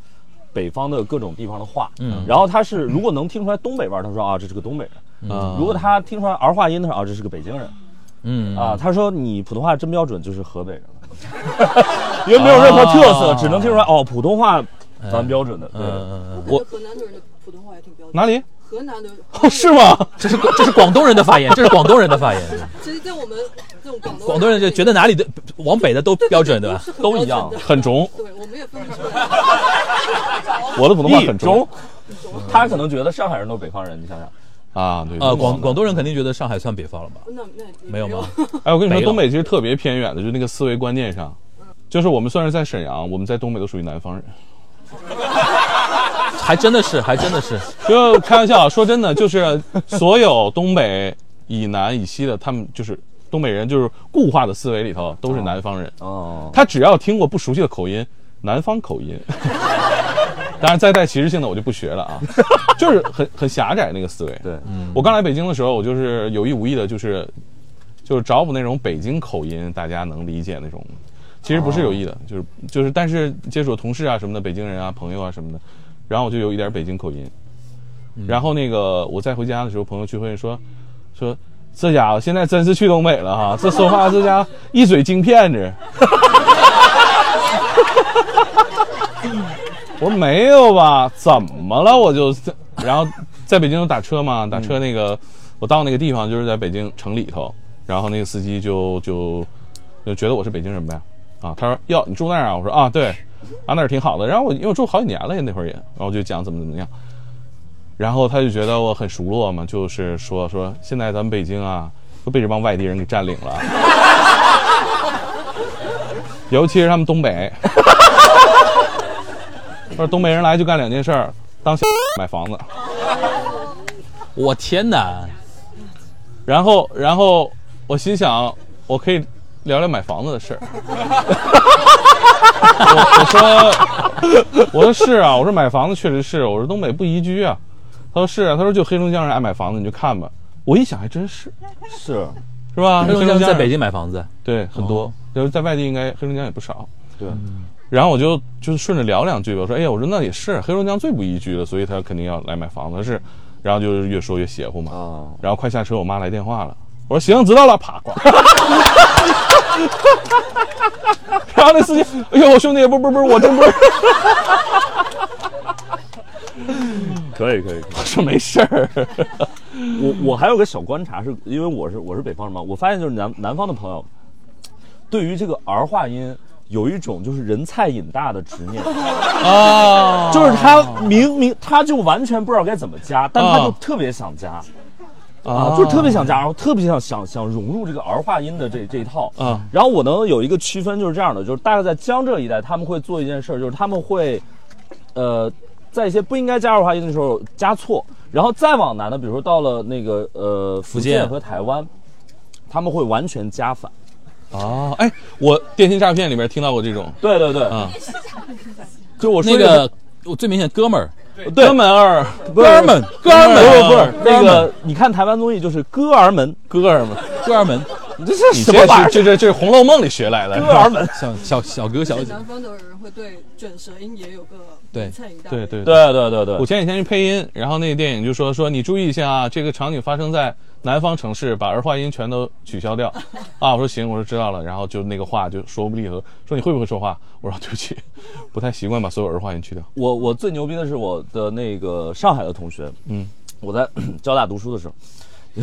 Speaker 3: 北方的各种地方的话，嗯，然后他是如果能听出来东北味儿，他说啊这是个东北人；
Speaker 4: 啊
Speaker 3: 如果他听出来儿化音，他说啊这是个北京人。
Speaker 6: 嗯
Speaker 3: 啊，他说你普通话真标准，就是河北人了， 因为没有任何特色，
Speaker 6: 啊
Speaker 3: 只能听出来哦普通话蛮标准的。对，
Speaker 6: 嗯，
Speaker 5: 我感觉河南的人的普通话也挺标准。
Speaker 4: 哪里？
Speaker 5: 河南的人
Speaker 4: 哦，是吗？
Speaker 6: 这是这是广东人的发言，这 是广东人的发言。
Speaker 5: 其实，在我们这种广东
Speaker 6: 广东人就觉得哪里的往北的都标准，对吧？
Speaker 3: 都一样
Speaker 4: 很重，
Speaker 5: 对，我们也分不出来。
Speaker 4: 我的普通话很
Speaker 3: 一中
Speaker 4: 重，
Speaker 3: 他可能觉得上海人都是北方人，你想想，
Speaker 4: 啊，对
Speaker 3: 呃
Speaker 6: 啊，广广东人肯定觉得上海算北方了吧？
Speaker 5: 那那也
Speaker 6: 没有吗？
Speaker 4: 哎，我跟你
Speaker 6: 北
Speaker 4: 说，
Speaker 6: 了
Speaker 4: 东北其实特别偏远的，就那个思维观念上，就是我们算是在沈阳，我们在东北都属于南方人。
Speaker 6: 还真的是，还真的是，
Speaker 4: 啊 就开玩笑，说真的，就是所有东北以南以西的，他们就是东北人，就是固化的思维里头都是南方人。
Speaker 3: 哦，
Speaker 4: 他只要听过不熟悉的口音，南方口音。 当然，再带歧视性的我就不学了啊，就是很很狭窄那个思维。
Speaker 3: 对，
Speaker 4: 我刚来北京的时候，我就是有意无意的，就是就是找补那种北京口音，大家能理解那种。其实不是有意的，就是就是，但是接触同事啊什么的，北京人啊朋友啊什么的，然后我就有一点北京口音。然后那个我再回家的时候，朋友聚会说说这家伙现在真是去东北了哈，这说话这家伙一嘴京片子。 我说没有吧？怎么了？我就然后在北京就打车嘛，打车那个、我到那个地方就是在北京城里头，然后那个司机就就就觉得我是北京人呗，啊，他说哟你住那儿啊？我说啊对，啊那儿挺好的。然后我因为我住好几年了呀那会儿也，然后我就讲怎么怎么样，然后他就觉得我很熟络嘛，就是说说现在咱们北京啊都被这帮外地人给占领了， 尤其是他们东北。他说东北人来就干两件事儿，当小买房子，
Speaker 6: 我天哪！
Speaker 4: 然后然后我心想，我可以聊聊买房子的事儿。我我说我说是啊，我说买房子确实是，我说东北不宜居啊。他说是啊，他说就黑龙江人爱买房子，你就看吧。我一想还真是
Speaker 3: 是，
Speaker 4: 是吧？
Speaker 6: 黑龙
Speaker 4: 人
Speaker 6: 江在北京买房子，
Speaker 4: 对很多，就是在外地应该黑龙江也不少。
Speaker 3: 哦对，
Speaker 4: 然后我就就是顺着聊两句吧，我说哎呀，我说那也是，黑龙江最不宜居了，所以他肯定要来买房子是，然后就是越说越邪乎嘛。
Speaker 3: 啊
Speaker 4: 然后快下车，我妈来电话了，我说行，知道了，啪挂。 然后那司机，哎呦，我兄弟，不不不，我真不是，
Speaker 3: 可以可以可以。
Speaker 4: 我说没事儿。
Speaker 3: 我我还有个小观察是，因为我是我是北方人嘛，我发现就是南南方的朋友，对于这个儿化音有一种就是人菜瘾大的执念啊，就是他明明他就完全不知道该怎么加，但他就
Speaker 4: 啊
Speaker 3: 特别想加。啊，就是特别想加，然后特别想想想融入这个儿化音的这这一套
Speaker 4: 啊
Speaker 3: 然后我能有一个区分就是这样的，就是大概在江浙一带，他们会做一件事儿，就是他们会，呃，在一些不应该加儿化音的时候加错，然后再往南呢，比如说到了那个呃福
Speaker 6: 建
Speaker 3: 和台湾，他们会完全加反。
Speaker 4: 哦，哎，我电信诈骗里面听到过这种，
Speaker 3: 对对对，
Speaker 4: 啊
Speaker 3: 就我说
Speaker 6: 那个我最明显哥们儿，
Speaker 4: 哥们儿，
Speaker 3: 不是
Speaker 6: 哥们儿
Speaker 3: 不是
Speaker 6: 哥们儿
Speaker 3: 不是不是
Speaker 6: 哥
Speaker 3: 那
Speaker 6: 们儿
Speaker 3: 个，你看台湾综艺就是哥儿们，
Speaker 4: 哥们儿，
Speaker 6: 哥儿们，
Speaker 3: 你这是
Speaker 4: 你
Speaker 3: 什么
Speaker 4: 这
Speaker 3: 玩意
Speaker 4: 是
Speaker 3: 儿？
Speaker 4: 这这这是《红楼梦》里学来的。
Speaker 3: 哥儿们，
Speaker 6: 小小小哥小
Speaker 5: 而且
Speaker 6: 姐，
Speaker 5: 南方的人会对卷舌音也有个
Speaker 6: 对
Speaker 5: 菜瘾大。
Speaker 4: 对对对。
Speaker 3: 对对对对
Speaker 4: 我，前几天去配音，然后那个电影就说说你注意一下啊，这个场景发生在南方城市，把儿化音全都取消掉。啊，我说行，我说知道了。然后就那个话就说不利索，说你会不会说话？我说对不起，不太习惯把所有儿化音去掉。
Speaker 3: 我我最牛逼的是我的那个上海的同学，嗯，我在 交大读书的时候，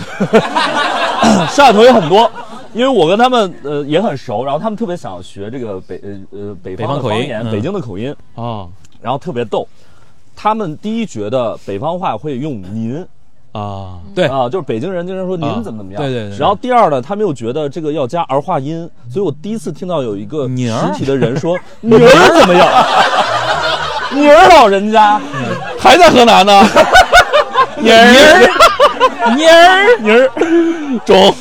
Speaker 3: 上海同学很多，因为我跟他们呃也很熟，然后他们特别想学这个北呃呃北
Speaker 6: 北
Speaker 3: 方
Speaker 6: 方
Speaker 3: 的
Speaker 6: 口
Speaker 3: 方
Speaker 6: 音
Speaker 3: 言，
Speaker 6: 嗯
Speaker 3: 北京的口音，
Speaker 4: 啊
Speaker 3: 然后特别逗。他们第一觉得北方话会用您
Speaker 4: 啊，
Speaker 6: 对
Speaker 3: 啊，就是北京人经常说您
Speaker 4: 啊
Speaker 3: 怎么怎么样。
Speaker 6: 哎对对对
Speaker 3: 然后第二呢，他们又觉得这个要加儿化音，所以我第一次听到有一个
Speaker 6: 您儿
Speaker 3: 实体的人说 “您儿怎么样”， 您儿老人家，
Speaker 4: 还在河南呢，妮儿
Speaker 6: 妮儿。
Speaker 4: 妮儿，中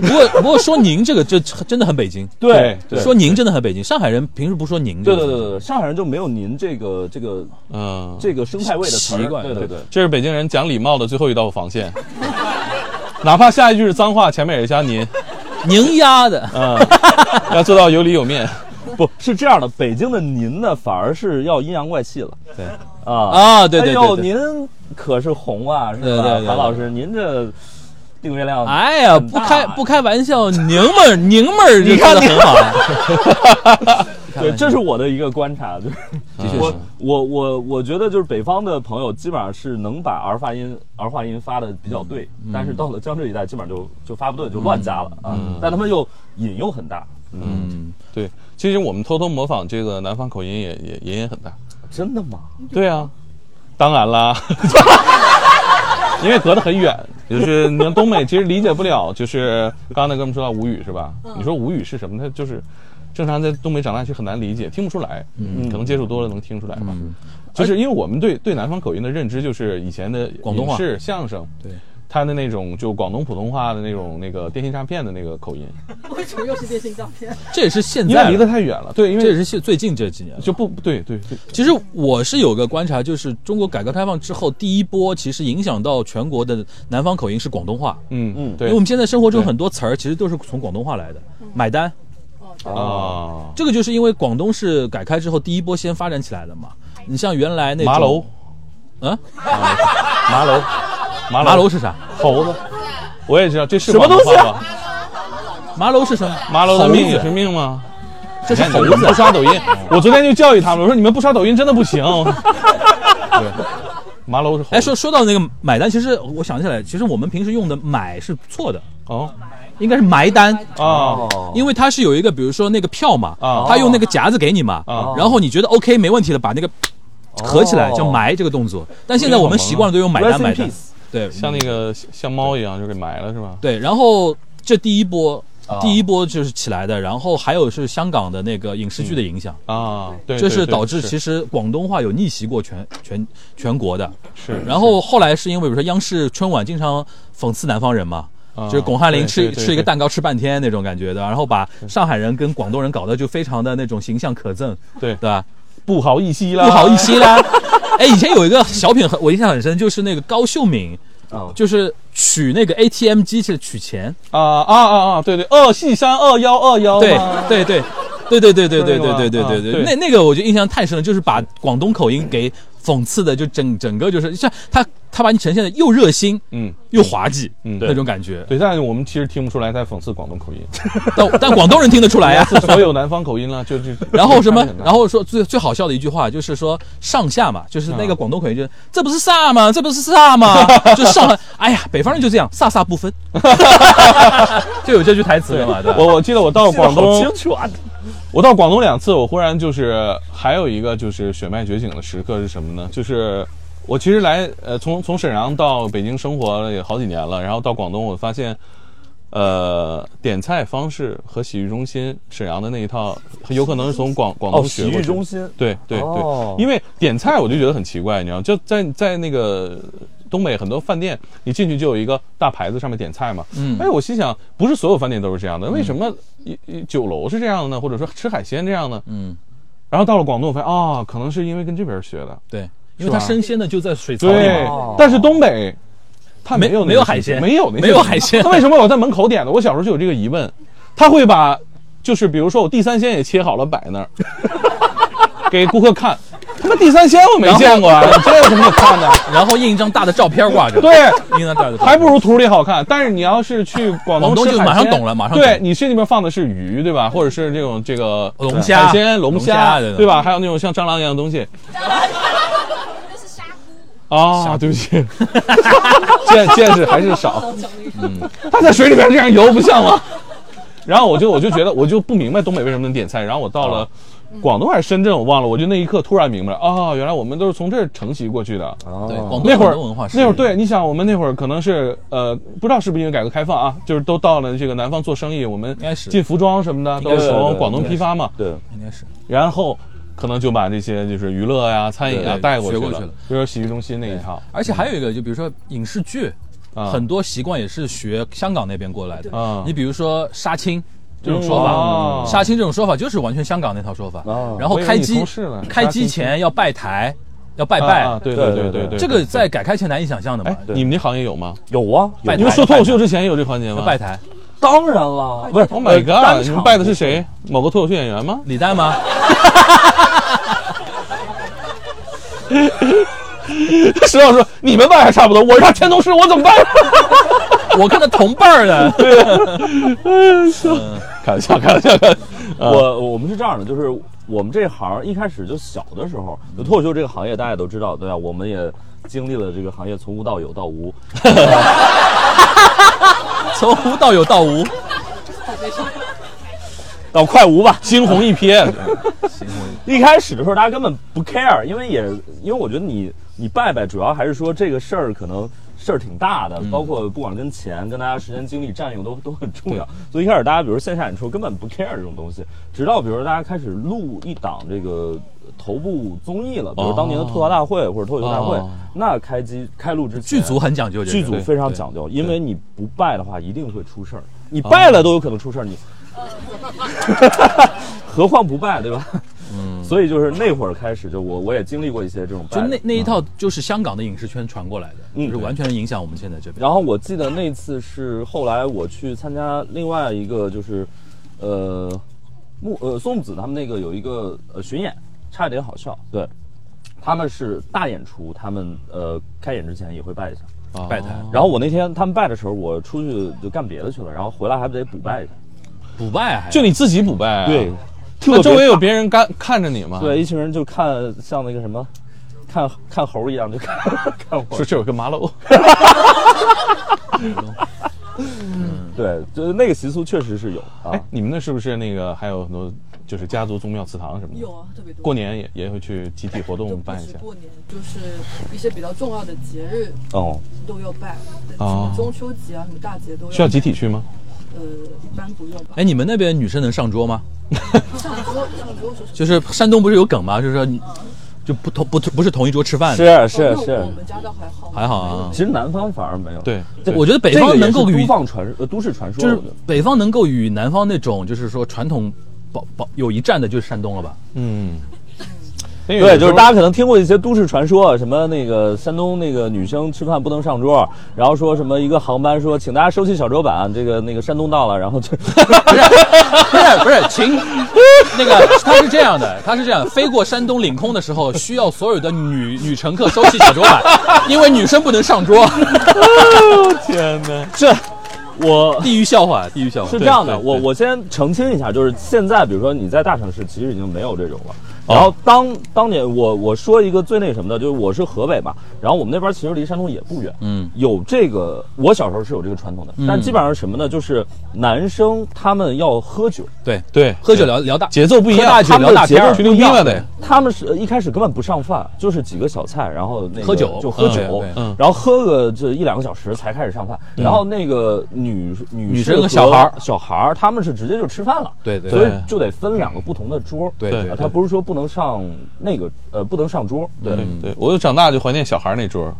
Speaker 6: 不过不过说您这个这真的很北京，
Speaker 3: 对
Speaker 4: 对
Speaker 6: 说您真的很北京，上海人平时不说您这
Speaker 3: 对
Speaker 6: 个
Speaker 3: 对
Speaker 6: 字，
Speaker 3: 对对对，上海人就没有您这个这个
Speaker 4: 嗯，
Speaker 3: 这个生态位的词儿
Speaker 6: 习惯
Speaker 3: 对对对，
Speaker 4: 这是北京人讲礼貌的最后一道防线，哪怕下一句是脏话，前面也加您，
Speaker 6: 您丫的，
Speaker 4: 嗯，要做到有理有面。
Speaker 3: 不是这样的，北京的您呢，反而是要阴阳怪气了。
Speaker 6: 对
Speaker 3: 啊
Speaker 6: 啊对对对
Speaker 3: 哎呦，
Speaker 6: 对
Speaker 3: 您可是红啊，是吧？
Speaker 6: 对对对对
Speaker 3: 韩老师，您这订阅量，
Speaker 6: 哎呀，
Speaker 3: 很
Speaker 6: 不
Speaker 3: 大
Speaker 6: 开不开玩笑，宁妹儿 宁妹儿就
Speaker 3: 你
Speaker 6: 说
Speaker 3: 看
Speaker 6: 的很好，
Speaker 3: 对，这是我的一个观察，就是
Speaker 6: 的确
Speaker 3: 我
Speaker 6: 是。
Speaker 3: 我我我觉得就是北方的朋友基本上是能把儿发音儿化音发的比较对，
Speaker 6: 嗯
Speaker 3: 但是到了江浙一带，基本上就就发不对，就乱加了啊。
Speaker 6: 嗯
Speaker 3: 但他们又引诱很大，
Speaker 4: 对，其实我们偷偷模仿这个南方口音也也也也很大。
Speaker 3: 真的吗？
Speaker 4: 对啊，当然 啦，因为隔得很远，就是你看东北其实理解不了，就是刚刚那哥们说到吴语是吧？你说吴语是什么？他就是正常在东北长大其实很难理解，听不出来，嗯，可能接触多了能听出来吧。就是因为我们对对南方口音的认知，就是以前的
Speaker 6: 广东话
Speaker 4: 影视、相声，
Speaker 6: 对，
Speaker 4: 他的那种就广东普通话的那种那个电信诈骗的那个口音，
Speaker 5: 为什么又是电信诈骗？
Speaker 6: 这也是现
Speaker 4: 因为
Speaker 6: 在
Speaker 4: 离得太远了，对，因
Speaker 6: 这也
Speaker 4: 为
Speaker 6: 是现最近这几年了。
Speaker 4: 就不对对对，
Speaker 6: 其实我是有个观察，就是中国改革开放之后，第一波其实影响到全国的南方口音是广东话，
Speaker 4: 嗯嗯
Speaker 6: 因
Speaker 4: 对
Speaker 6: 为我们现在生活中
Speaker 4: 对
Speaker 6: 很多词儿其实都是从广东话来的。买单，
Speaker 5: 哦，
Speaker 4: 啊，
Speaker 6: 这个就是因为广东是改开之后第一波先发展起来的嘛。你像原来那种
Speaker 4: 麻楼，
Speaker 6: 嗯，
Speaker 4: 麻楼，麻
Speaker 6: 麻楼是啥？
Speaker 4: 猴子，我也知道这是
Speaker 3: 什么
Speaker 4: 广东
Speaker 3: 东西
Speaker 4: 话
Speaker 3: 啊
Speaker 4: 吗？
Speaker 6: 麻楼是什么？
Speaker 4: 麻楼的
Speaker 6: 猴
Speaker 4: 命
Speaker 6: 子
Speaker 4: 也是命吗？
Speaker 6: 这是
Speaker 4: 你看
Speaker 6: 猴
Speaker 4: 你们
Speaker 6: 子
Speaker 4: 不。 刷抖音，我昨天就教育他们，我说你们不刷抖音真的不行。对，麻楼是猴子。
Speaker 6: 哎，说说到那个买单，其实我想起来，其实我们平时用的“买”是错的，
Speaker 4: 哦
Speaker 6: 应该是埋单，
Speaker 4: 啊
Speaker 3: 哦
Speaker 6: 因为它是有一个，比如说那个票嘛，
Speaker 4: 啊
Speaker 6: 它用那个夹子给你嘛，
Speaker 4: 啊
Speaker 6: 然后你觉得 OK 没问题了，把那个合起来
Speaker 3: 哦
Speaker 6: 叫埋这个动作。但现在我们习惯了都用买单
Speaker 3: Rest in
Speaker 6: 买单
Speaker 3: peace，
Speaker 6: 对，
Speaker 4: 像那个像猫一样就给埋了是吧？
Speaker 6: 对，然后这第一波。第一波就是起来的，然后还有是香港的那个影视剧的影响，
Speaker 4: 啊，对，
Speaker 6: 这
Speaker 4: 对
Speaker 6: 是
Speaker 4: 对
Speaker 6: 导致
Speaker 4: 是
Speaker 6: 其实广东话有逆袭过全全全国的。
Speaker 4: 是，
Speaker 6: 然后后来是因为比如说央视春晚经常讽刺南方人嘛，
Speaker 4: 啊
Speaker 6: 就是巩汉林
Speaker 4: 对
Speaker 6: 吃
Speaker 4: 对对
Speaker 6: 吃一个
Speaker 4: 对
Speaker 6: 蛋糕吃半天那种感觉的，然后把上海人跟广东人搞得就非常的那种形象可憎，
Speaker 4: 对啊
Speaker 6: 对吧？
Speaker 4: 不好一息啦，
Speaker 6: 不好意思 啦。哎，以前有一个小品很我印象很深，就是那个高秀敏，
Speaker 3: 啊
Speaker 4: 哦
Speaker 6: 就是取那个 ATM 机去取钱，
Speaker 4: 啊啊啊啊！对对，二细山二幺二幺，
Speaker 6: 对对对。对对对对对对对对
Speaker 4: 啊
Speaker 6: 对对，
Speaker 4: 对
Speaker 6: 那那个我就印象太深了，就是把广东口音给讽刺的，就整整个就是像他他把你呈现的又热心
Speaker 4: 嗯，
Speaker 6: 又滑稽，
Speaker 4: 嗯对
Speaker 6: 那种感觉。
Speaker 4: 对，但是我们其实听不出来在讽刺广东口音，
Speaker 6: 但但广东人听得出来啊呀、
Speaker 4: 是所有南方口音了，就就
Speaker 6: 然后什么
Speaker 4: 差别很？大
Speaker 6: 然后说最最好笑的一句话就是说上下嘛，就是那
Speaker 4: 啊
Speaker 6: 个广东口音，就是这不是啥吗？这不是啥吗？ 就上海，哎呀，北方人就这样，飒飒不分， 就有这句台词的嘛，对吧？
Speaker 4: 我我记得我到广
Speaker 3: 好
Speaker 4: 东
Speaker 3: 清，楚啊！
Speaker 4: 我到广东两次，我忽然就是还有一个就是血脉觉醒的时刻是什么呢？就是我其实来呃从从沈阳到北京生活了也好几年了，然后到广东我发现，呃点菜方式和洗浴中心沈阳的那一套，有可能是从广广
Speaker 3: 哦，
Speaker 4: 东学
Speaker 3: 洗
Speaker 4: 过去
Speaker 3: 浴
Speaker 4: 的
Speaker 3: 中心，
Speaker 4: 对对对，
Speaker 3: 哦
Speaker 4: 因为点菜我就觉得很奇怪，你知道，就在在那个东北很多饭店，你进去就有一个大牌子上面点菜嘛。
Speaker 6: 嗯
Speaker 4: 哎，我心想，不是所有饭店都是这样的，为什么一一酒楼是这样的呢？或者说吃海鲜这样呢？
Speaker 6: 嗯，
Speaker 4: 然后到了广东，我发现啊、可能是因为跟这边学的。
Speaker 6: 对，因为
Speaker 4: 是吧
Speaker 6: 它生鲜的就在水槽里
Speaker 4: 对
Speaker 6: 嘛，，
Speaker 4: 但是东北。他
Speaker 6: 没
Speaker 4: 没有那个
Speaker 6: 没有海
Speaker 4: 习俗
Speaker 6: 鲜
Speaker 4: 没有那
Speaker 6: 没有海鲜
Speaker 4: 他为什么我在门口点的？我小时候就有这个疑问。他会把，就是比如说我地三鲜也切好了摆那儿， 给顾客看。他妈地三鲜我没见过啊，你这有什么可看的？
Speaker 6: 然后印一张大的照片挂着，，
Speaker 4: 对，
Speaker 6: 印一张大的照片，
Speaker 4: 还不如图里好看。但是你要是去广
Speaker 6: 广东
Speaker 4: 吃
Speaker 6: 就
Speaker 4: 海
Speaker 6: 马上
Speaker 4: 鲜
Speaker 6: 懂了马上
Speaker 4: 对
Speaker 6: 懂
Speaker 4: 你去那边放的是鱼，对吧？或者是这种这个
Speaker 6: 龙虾
Speaker 4: 海鲜、龙
Speaker 6: 龙
Speaker 4: 虾，
Speaker 6: 虾对的
Speaker 4: 对吧？还有那种像蟑螂一样的东西。啊，对不起，见见识还是少。嗯，它在水里边这样游不像吗？然后我就我就觉得我就不明白东北为什么能点菜，然后我到
Speaker 6: 啊
Speaker 4: 了广东还是深圳，我忘了，我就那一刻突然明白了，哦，原来我们都是从这儿承袭过去的。
Speaker 6: 对广东
Speaker 4: 那会儿
Speaker 6: 广东文化是
Speaker 4: 那会儿对，你想我们那会儿可能是呃，不知道是不是因为改革开放啊，就是都到了这个南方做生意，我们
Speaker 6: 应该是
Speaker 4: 进服装什么的
Speaker 6: 应
Speaker 4: 都
Speaker 6: 该
Speaker 4: 是
Speaker 6: 是
Speaker 4: 从广东批发嘛，
Speaker 3: 对，
Speaker 6: 应该是
Speaker 4: 然后可能就把这些就是娱乐呀、餐饮啊
Speaker 6: 对
Speaker 4: 带过去
Speaker 6: 学过
Speaker 4: 了
Speaker 6: 去了，
Speaker 4: 比如说洗浴中心那一套
Speaker 6: 而且还有一个，就比如说影视剧，
Speaker 4: 啊
Speaker 6: 很多习惯也是学香港那边过来的。
Speaker 4: 啊
Speaker 6: 你比如说杀青这种说法
Speaker 4: 哦，啊
Speaker 6: 杀青这种说法就是完全香港那套说法
Speaker 3: 哦。
Speaker 6: 然后开
Speaker 4: 我以为你
Speaker 6: 机
Speaker 4: 同事呢，
Speaker 6: 开机前要拜台，要拜
Speaker 4: 啊啊
Speaker 6: 拜，
Speaker 4: 对
Speaker 3: 对
Speaker 4: 对
Speaker 3: 对
Speaker 4: 对
Speaker 3: 对
Speaker 4: 对，
Speaker 6: 这个在改开前难以想象的嘛
Speaker 4: 哎。，你们那行业有吗？
Speaker 3: 有啊，有
Speaker 6: 拜
Speaker 4: 你
Speaker 6: 台
Speaker 4: 们说脱口秀之前有这环节吗
Speaker 6: 要？拜呃台，
Speaker 3: 当然了，不是
Speaker 4: ，Oh my
Speaker 3: 单场
Speaker 4: god！你们拜的是谁？某个脱口秀演 员吗？
Speaker 6: 李诞吗？
Speaker 4: 石老师说，你们拜还差不多，我是他天童师，我怎么拜？
Speaker 6: 我看他同伴儿的，
Speaker 4: 开玩笑，开玩笑，开玩笑。
Speaker 3: 我我们是这样的，就是我们这行一开始就小的时候，就脱口秀这个行业大家也都知道，对吧、我们也经历了这个行业从无到有到无，
Speaker 6: 从无到有到无，
Speaker 3: 到快无吧。
Speaker 4: 惊鸿一瞥，
Speaker 3: 一开始的时候大家根本不 care，因为也因为我觉得你你拜拜主要还是说这个事儿可能事儿挺大
Speaker 6: 嗯
Speaker 3: 的，包括不管跟钱、跟大家时间、精力占用都 都很重要。所以一开始大家比如线下演出根本不 care 这种东西，直到比如大家开始录一档这个头部综艺了，比如当年的吐槽大会或者脱口秀大会
Speaker 4: 哦，
Speaker 3: 那开机开录之前
Speaker 6: 剧组很讲究这个，
Speaker 3: 剧组非常讲究，因为你不败的话一定会出事儿，你败了都有可能出事儿，你， 何况不败对吧？嗯， 所以就是那会儿开始，就我我也经历过一些这种败
Speaker 6: 就
Speaker 3: 的。
Speaker 4: 哎
Speaker 6: 那那一套就是香港的影视圈传过来的，
Speaker 3: 嗯
Speaker 6: 就是完全影响我们现在这边。
Speaker 3: 然后我记得那次是后来我去参加另外一个就是，呃，木呃松子他们那个有一个呃巡演，差一点好笑，对，他们是大演出，他们呃开演之前也会拜一下。
Speaker 6: 拜
Speaker 4: 哦
Speaker 6: 坛
Speaker 3: 然后我那天他们拜的时候，我出去就干别的去了，然后回来还不得补拜一下。
Speaker 6: 补拜还
Speaker 4: 就你自己补拜啊？
Speaker 3: 对，，特
Speaker 4: 那周围
Speaker 3: 别
Speaker 4: 有别人看看着你吗？
Speaker 3: 对，一群人就看像那个什么，看看猴一样就看看我
Speaker 4: 说。这有个麻楼，
Speaker 3: 对，就是那个习俗确实是有啊
Speaker 4: 哎，。你们那是不是那个还有很多就是家族宗庙祠堂什么的？
Speaker 5: 有啊，特别多。
Speaker 4: 过年也也会去集体活
Speaker 5: 就
Speaker 4: 动
Speaker 5: 不
Speaker 4: 办一
Speaker 5: 是
Speaker 4: 下。
Speaker 5: 过年，就是一些比较重要的节日
Speaker 3: 哦，
Speaker 5: 都要拜，对什
Speaker 4: 哦
Speaker 5: 么中秋节啊，什么大节都要。
Speaker 4: 需要集体去吗？
Speaker 5: 呃，一般不用吧。
Speaker 6: 哎，你们那边女生能上桌吗？
Speaker 5: 上桌上桌是什么？
Speaker 6: 就是山东不是有梗吗？就是说你，就不同不不是同一桌吃饭的。
Speaker 3: 是啊是
Speaker 5: 哦那
Speaker 3: 是
Speaker 5: 我。们家倒还好，
Speaker 6: 还好啊
Speaker 3: 其实南方反而没有。
Speaker 4: 对，
Speaker 3: 这
Speaker 6: 我觉得北
Speaker 3: 这个
Speaker 6: 方
Speaker 3: 也
Speaker 6: 能够
Speaker 3: 是
Speaker 6: 与
Speaker 3: 都放传呃都市传说，
Speaker 6: 就是
Speaker 3: 我觉得
Speaker 6: 北方能够与南方那种就是说传统保保有一战的，就是山东了吧？
Speaker 4: 嗯，因为有
Speaker 3: 对，
Speaker 4: 的
Speaker 3: 就
Speaker 4: 时
Speaker 3: 是
Speaker 4: 候
Speaker 3: 大家可能听过一些都市传说，什么那个山东那个女生吃饭不能上桌，然后说什么一个航班说请大家收起小桌板，这个那个山东到了，然后就
Speaker 6: 不是不是，秦那个他是这样的，他是这样，飞过山东领空的时候，需要所有的女女乘客收起小桌板，因为女生不能上桌。
Speaker 3: 这我
Speaker 6: 地狱笑话，地狱笑话
Speaker 3: 是这样的，
Speaker 4: 对
Speaker 3: 我
Speaker 4: 对
Speaker 3: 我先澄清一下，就是现在，比如说你在大城市，其实已经没有这种了。
Speaker 4: 哦
Speaker 3: 然后当当年我我说一个最那什么的，就是我是河北嘛，然后我们那边其实离山东也不远，
Speaker 6: 嗯，
Speaker 3: 有这个我小时候是有这个传统的，
Speaker 4: 嗯
Speaker 3: 但基本上是什么呢？就是男生他们要喝酒，
Speaker 6: 对对，
Speaker 4: 对
Speaker 6: 喝酒聊聊大，
Speaker 4: 节奏不一
Speaker 6: 喝
Speaker 4: 样
Speaker 6: 大，酒
Speaker 3: 他们
Speaker 6: 聊
Speaker 3: 的
Speaker 6: 大
Speaker 3: 节
Speaker 6: 天
Speaker 3: 奏
Speaker 6: 儿
Speaker 4: 去
Speaker 3: 不
Speaker 4: 溜
Speaker 3: 一
Speaker 4: 冰
Speaker 3: 样
Speaker 4: 了得。
Speaker 3: 他们是一开始根本不上饭，就是几个小菜，然后那个
Speaker 6: 喝酒
Speaker 3: 就喝
Speaker 6: 嗯
Speaker 3: 酒
Speaker 6: 对，
Speaker 3: 然后喝个这一两个小时才开始上饭。然后那个女女
Speaker 6: 女
Speaker 3: 士
Speaker 6: 生和小孩儿
Speaker 3: 小孩儿，他们是直接就吃饭了。
Speaker 6: 对对
Speaker 3: 所以
Speaker 6: 对
Speaker 3: 就得分两个不同的桌。
Speaker 6: 对对嗯
Speaker 3: 啊
Speaker 6: 对
Speaker 3: 他不是说不能上那个呃不能上桌。对，
Speaker 4: 对对，我就长大就怀念小孩那桌，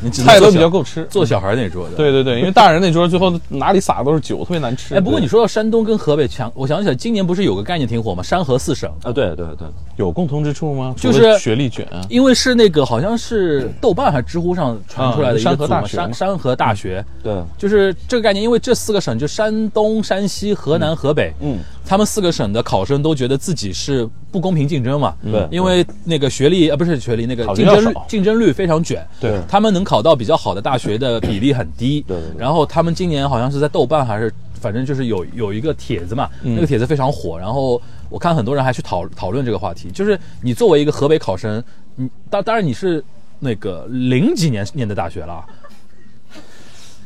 Speaker 6: 你只能
Speaker 4: 菜都
Speaker 6: 做
Speaker 4: 比
Speaker 6: 小
Speaker 4: 较够吃。
Speaker 6: 做小孩那桌的。
Speaker 4: 对对对，因为大人那桌最后哪里撒的都是酒，特别难吃。
Speaker 6: 哎，不过你
Speaker 4: 对
Speaker 6: 说到山东跟河北强，我想起来今年不是有个概念挺火吗？山河四省，
Speaker 3: 啊对对对，
Speaker 4: 有共同之处吗？
Speaker 6: 就是
Speaker 4: 除了学历卷啊，
Speaker 6: 因为是那个好像是豆瓣还是知乎上传出来的一个
Speaker 4: 嗯山河
Speaker 6: 组嘛
Speaker 4: 大学
Speaker 6: 山
Speaker 4: 嘛
Speaker 6: 山河大学，
Speaker 3: 对
Speaker 6: 就是这个概念，因为这四个省就山东、山西、河南、河北，
Speaker 3: 嗯，
Speaker 6: 他们四个省的考生都觉得自己是不公平竞争嘛，
Speaker 3: 对
Speaker 6: 因为那个学历啊不是学历，那个
Speaker 4: 考
Speaker 6: 竞
Speaker 4: 虑要
Speaker 6: 争率
Speaker 4: 少
Speaker 6: 竞争率非常卷，
Speaker 4: 对
Speaker 6: 他们能考到比较好的大学的比例很低，
Speaker 3: 对对对
Speaker 6: 然后他们今年好像是在豆瓣还是反正就是有有一个帖子嘛，那个帖子非常火，然后我看很多人还去讨讨论这个话题，就是你作为一个河北考生，你当当然你是那个零几年念的大学了啊。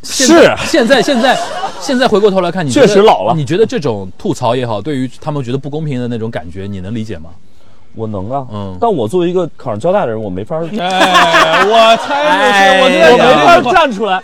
Speaker 6: 现在现在现在现在回过头来看，你觉得
Speaker 3: 确实老了
Speaker 6: 你觉得这种吐槽也好，对于他们觉得不公平的那种感觉，你能理解吗？
Speaker 3: 我能啊。
Speaker 6: 嗯
Speaker 3: 但我作为一个考上交大的人，我没法儿，
Speaker 4: 哎，我猜就是，我就在
Speaker 6: 哎
Speaker 3: 我
Speaker 6: 呀
Speaker 4: 想
Speaker 3: 没法儿站出来。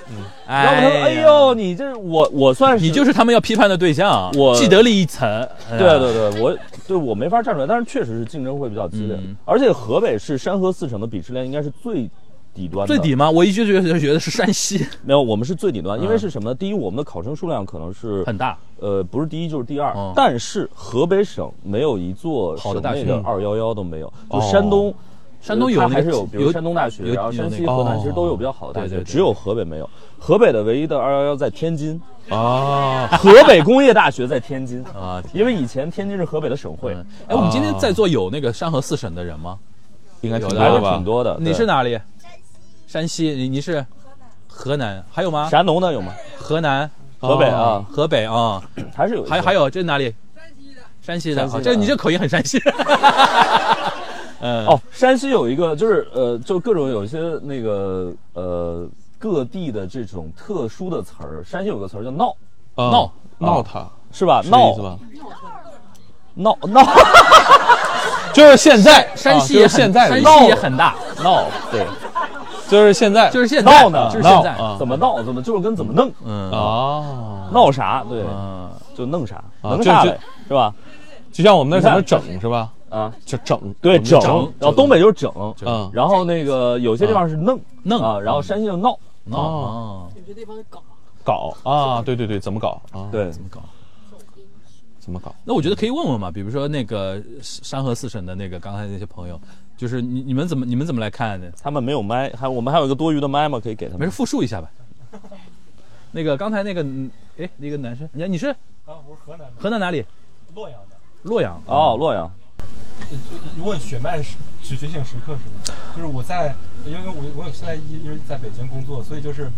Speaker 3: 然后他说：“
Speaker 6: 哎
Speaker 3: 哎
Speaker 6: 呀
Speaker 3: 呦，你这我我算是
Speaker 6: 你就是他们要批判的对象，
Speaker 3: 我
Speaker 6: 既得利益层。哎呀
Speaker 3: 对对对，我对我没法站出来，但是确实是竞争会比较激烈，
Speaker 6: 嗯
Speaker 3: 而且河北是山河四省的鄙视链应该是最底端的，
Speaker 6: 最底吗？我一直觉得觉得是山西
Speaker 3: 没有，我们是最底端，因为是什么呢？第一，我们的考生数量可能是
Speaker 6: 很大，
Speaker 3: 呃，不是第一就是第二，
Speaker 6: 哦
Speaker 3: 但是河北省没有一座
Speaker 6: 好的大学哦
Speaker 3: 二幺幺都没有，就山东。
Speaker 6: 山东
Speaker 3: 呃
Speaker 6: 有
Speaker 3: 它
Speaker 6: 那
Speaker 3: 还是
Speaker 6: 个
Speaker 3: 有，比如
Speaker 6: 有
Speaker 3: 山东大学，
Speaker 6: 有
Speaker 3: 然后
Speaker 6: 有
Speaker 3: 山西、
Speaker 6: 那个
Speaker 3: 河南
Speaker 4: 哦
Speaker 3: 其实都有比较好的大
Speaker 6: 对
Speaker 3: 学，
Speaker 6: 对对
Speaker 3: 只有河北没有。河北的唯一的二幺幺在天津，
Speaker 4: 啊，
Speaker 3: 河北工业大学在天津
Speaker 6: 啊天
Speaker 3: 因为以前天津是河北的省会，
Speaker 6: 嗯哎，我们今天在座有那个山河四省的人吗？
Speaker 4: 应该挺
Speaker 6: 有
Speaker 4: 多
Speaker 6: 的
Speaker 3: 还是
Speaker 4: 的吧？
Speaker 3: 挺多的。
Speaker 6: 你
Speaker 3: 对
Speaker 6: 是哪里？山西。你你是？河南。还有吗？
Speaker 3: 山东的有吗？
Speaker 6: 河南。
Speaker 3: 河北啊，
Speaker 6: 河北啊。
Speaker 3: 还是有一些。
Speaker 6: 还还有这哪里？山西的。
Speaker 3: 山西的
Speaker 6: 啊这你这口音很山西。嗯。
Speaker 3: 哦，山西有一个就是呃，就各种有一些那个呃各地的这种特殊的词儿，山西有个词儿叫闹，
Speaker 4: 啊
Speaker 6: 闹
Speaker 4: 闹他，
Speaker 3: 是吧？
Speaker 4: 是这意
Speaker 3: 哦闹
Speaker 4: 思吧？啊
Speaker 3: 闹闹
Speaker 4: 就是现在，
Speaker 6: 山西
Speaker 4: 啊
Speaker 6: 也
Speaker 4: 就是
Speaker 6: 很
Speaker 3: 啊
Speaker 4: 现在的
Speaker 6: 山
Speaker 4: 意思
Speaker 6: 西也很大。
Speaker 3: 闹，对。
Speaker 4: 就是现在
Speaker 6: 就是现在
Speaker 3: 闹呢？
Speaker 6: 就是现在
Speaker 4: 闹啊
Speaker 3: 怎么闹？怎么就是哦跟怎么弄？
Speaker 6: 嗯
Speaker 4: 啊，
Speaker 3: 闹啥？对，
Speaker 6: 嗯，
Speaker 3: 就弄啥，
Speaker 4: 啊
Speaker 3: 能
Speaker 4: 就
Speaker 3: 啥
Speaker 4: 就
Speaker 3: 呗，是吧？
Speaker 4: 就像我们那什么
Speaker 3: 你看
Speaker 4: 整是吧？
Speaker 3: 啊，
Speaker 4: 就整
Speaker 3: 对，整
Speaker 6: 整，
Speaker 3: 然后东北就是整，
Speaker 4: 啊
Speaker 3: 然后那个有些地方是弄
Speaker 6: 弄
Speaker 3: 啊，然后山西就闹
Speaker 6: 哦，
Speaker 5: 有些地方是搞，
Speaker 4: 搞啊，对对对，怎么搞啊？
Speaker 3: 对
Speaker 6: 怎么搞？
Speaker 4: 怎么搞？
Speaker 6: 那我觉得可以问问嘛，比如说那个山河四省的那个刚才那些朋友，就是你你们怎么你们怎么来看呢？
Speaker 3: 他们没有麦，还我们还有一个多余的麦嘛，可以给他
Speaker 6: 没
Speaker 3: 们
Speaker 6: 事，。复述一下吧。那个刚才那个，嗯哎，那个男生，你你是
Speaker 8: 啊，我是河南的，
Speaker 6: 河南哪里？
Speaker 8: 洛阳的。
Speaker 6: 洛阳。
Speaker 3: 哦，洛阳，
Speaker 8: 你问血脉是觉觉醒时刻是吗？就是我在，因为我我有现在一直在北京工作，所以就是，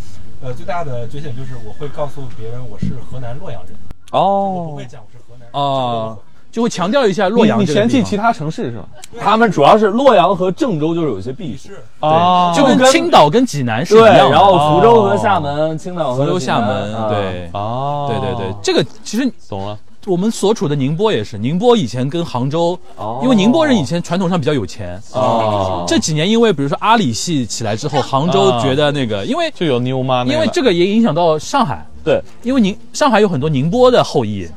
Speaker 8: 呃，最大的觉醒就是我会告诉别人我是河南洛阳人，我不
Speaker 3: 哦
Speaker 8: 会，讲我是河南人。
Speaker 6: 哦，就会强调一下洛阳
Speaker 4: 你
Speaker 6: 这个
Speaker 4: 嫌
Speaker 6: 地
Speaker 4: 弃其
Speaker 6: 方
Speaker 4: 他城市是吧？
Speaker 3: 他们主要是洛阳和郑州就是有一些避暑，
Speaker 8: 是
Speaker 3: 哦
Speaker 4: 啊
Speaker 6: 就跟青岛跟济南是一
Speaker 3: 对，
Speaker 6: 样的。哦
Speaker 3: 然后福州和厦门、青岛和
Speaker 6: 福州、
Speaker 3: 济
Speaker 6: 厦
Speaker 3: 南
Speaker 6: 门，
Speaker 3: 啊哦
Speaker 6: 对，
Speaker 4: 啊，
Speaker 6: 对对对，，这个其实
Speaker 4: 懂了。
Speaker 6: 我们所处的宁波也是，宁波以前跟杭州，
Speaker 3: 哦
Speaker 6: 因为宁波人以前传统上比较有钱，
Speaker 3: 哦嗯
Speaker 6: 这几年因为比如说阿里系起来之后，杭州觉得那个，因为
Speaker 4: 就有 new money，
Speaker 6: 因为
Speaker 4: 了
Speaker 6: 这个也影响到上海，
Speaker 3: 对，
Speaker 6: 因为宁上海有很多宁波的后裔，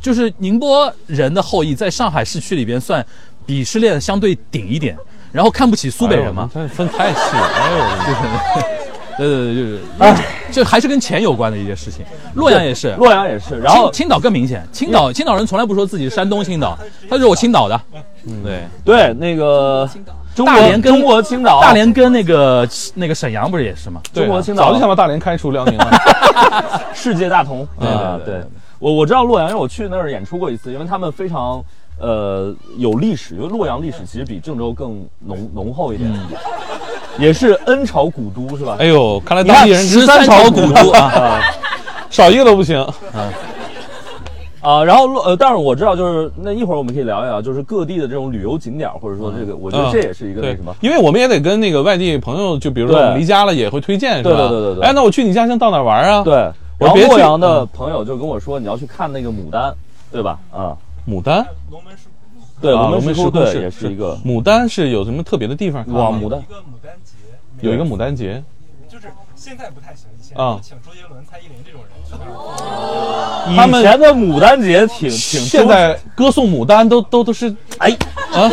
Speaker 6: 就是宁波人的后裔在上海市区里边算鄙视链相对顶一点，然后看不起苏北人嘛，
Speaker 4: 哎呦分分太细了，哎 呦，
Speaker 3: 哎
Speaker 6: 对对对，就是，这还是跟钱有关的一件事情。洛阳也是，
Speaker 3: 洛阳也是。然
Speaker 6: 青
Speaker 3: 后
Speaker 6: 青岛更明显，青岛青岛人从来不说自己是山东青岛，他就是我青岛的。对，
Speaker 3: 对那个中
Speaker 6: 大
Speaker 3: 国
Speaker 6: 连跟
Speaker 3: 中国青岛，
Speaker 6: 大连跟那个那个沈阳不是也是吗？
Speaker 4: 对
Speaker 3: 中国
Speaker 4: 啊
Speaker 3: 青岛
Speaker 4: 早就想把大连开除辽宁了，
Speaker 3: 世界大同
Speaker 6: 对
Speaker 3: 啊，
Speaker 6: 对对
Speaker 3: 对，我我知道洛阳，因为我去那儿演出过一次，因为他们非常。呃，有历史，因为洛阳历史其实比郑州更浓浓厚一点，也是恩朝古都是吧？
Speaker 4: 嗯哎呦，看来
Speaker 6: 你看
Speaker 4: 当地人
Speaker 6: 十
Speaker 4: 13
Speaker 6: 三朝古都啊，
Speaker 3: 啊
Speaker 4: 少一个都不行。
Speaker 3: 啊，然后洛呃，但是我知道，就是那一会儿我们可以聊一聊，就是各地的这种旅游景点儿，或者说这个，我觉得
Speaker 4: 嗯
Speaker 3: 这也是一个那
Speaker 4: 对
Speaker 3: 什么，，
Speaker 4: 因为我们也得跟那个外地朋友，就比如说
Speaker 3: 对
Speaker 4: 我们离家了也会推荐，是吧？
Speaker 3: 对对对对对
Speaker 4: 哎，那我去你家乡到哪儿玩啊？
Speaker 3: 对，。
Speaker 4: 我
Speaker 3: 然后
Speaker 4: 别去
Speaker 3: 洛阳的朋友就跟我说，你要去看那个牡丹，对吧？啊，
Speaker 4: 牡丹，
Speaker 8: 龙门石窟
Speaker 3: 对，
Speaker 4: 啊
Speaker 3: 龙门
Speaker 4: 龙门
Speaker 3: 石
Speaker 4: 石
Speaker 3: 窟
Speaker 4: 窟
Speaker 3: 对
Speaker 4: 是嗯
Speaker 3: 也是一个
Speaker 4: 牡丹是有什么特别的地方看吗？
Speaker 3: 哇，牡丹
Speaker 8: 一个牡丹节，每
Speaker 4: 有一个牡丹节
Speaker 8: 就是现在不太行，以前
Speaker 4: 啊
Speaker 8: 请周杰伦、蔡依林这种人去那儿。
Speaker 3: 他们以前的牡丹节挺挺
Speaker 4: 现在歌颂牡丹都都都是
Speaker 3: 哎
Speaker 4: 啊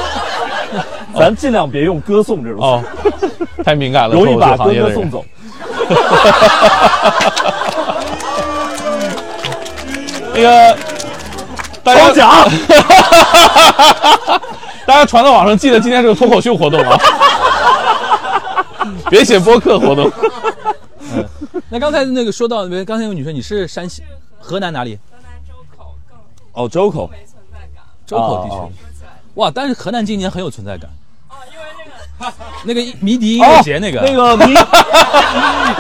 Speaker 3: 咱尽量别用歌颂这种词，
Speaker 4: 哦，太敏感了，
Speaker 3: 容易
Speaker 4: 做我
Speaker 3: 把
Speaker 4: 这个行
Speaker 3: 哥
Speaker 4: 业的
Speaker 3: 哥
Speaker 4: 人
Speaker 3: 送。走。
Speaker 4: 那个大
Speaker 3: 抽
Speaker 4: 家
Speaker 3: 奖，
Speaker 4: 大家传到网上，记得今天是个脱口秀活动啊，别写播客活动。
Speaker 6: 那刚才那个说到，刚才有个女生，你是山西河南哪里？
Speaker 3: 哦，周口，
Speaker 6: 周口地
Speaker 3: 哦
Speaker 6: 区。哇，但是河南今年很有存在感。哦， 因为那个那个迷笛音乐节那个
Speaker 3: 哦那个迷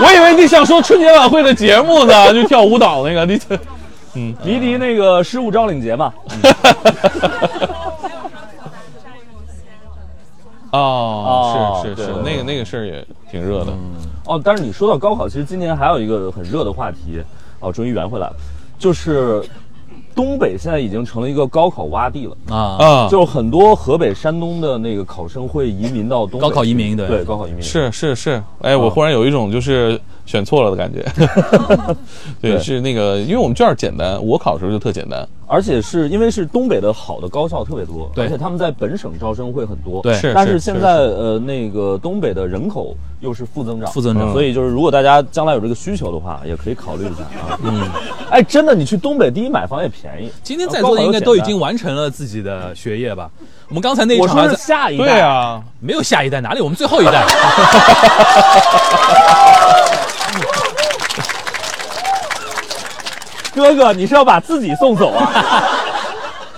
Speaker 4: 我以为你想说春节晚会的节目呢，就跳哦舞蹈那个，你 这
Speaker 3: 迷笛那个失物招领节嘛，
Speaker 4: 哦，是是
Speaker 3: 对
Speaker 4: 是
Speaker 3: 对，对
Speaker 4: 那个那个事儿也挺热的。
Speaker 3: 哦，但是你说到高考，其实今年还有一个很热的话题，哦，终于圆回来了，就是东北现在已经成了一个高考洼地了，
Speaker 6: 啊，
Speaker 4: 啊，
Speaker 3: 就是很多河北、山东的那个考生会移民到东北去。
Speaker 6: 高考移民对
Speaker 3: 对，高考移民。
Speaker 4: 是是是，
Speaker 3: 嗯
Speaker 4: 哎，我忽然有一种就是选错了 的感觉。对，
Speaker 3: 对
Speaker 4: 是那个，因为我们卷儿简单，我考的时候就特简单。
Speaker 3: 而且是因为是东北的好的高校特别多，
Speaker 6: 对
Speaker 3: 而且他们在本省招生会很多，
Speaker 6: 对
Speaker 4: 是
Speaker 3: 但是现在
Speaker 4: 是
Speaker 3: 呃，那个东北的人口又是负增长，嗯
Speaker 6: 负增长
Speaker 3: 所以就是如果大家将来有这个需求的话，也可以考虑一下啊。嗯，哎，真的，你去东北第一买房也便宜。
Speaker 6: 今天在座的应该都已经完成了自己的学业吧？我们刚才那一
Speaker 3: 我
Speaker 6: 场还
Speaker 3: 说
Speaker 6: 在
Speaker 3: 是下一代，
Speaker 4: 对啊，
Speaker 6: 没有下一代，哪里？我们最后一代。
Speaker 3: 哥哥，你是要把自己送走啊？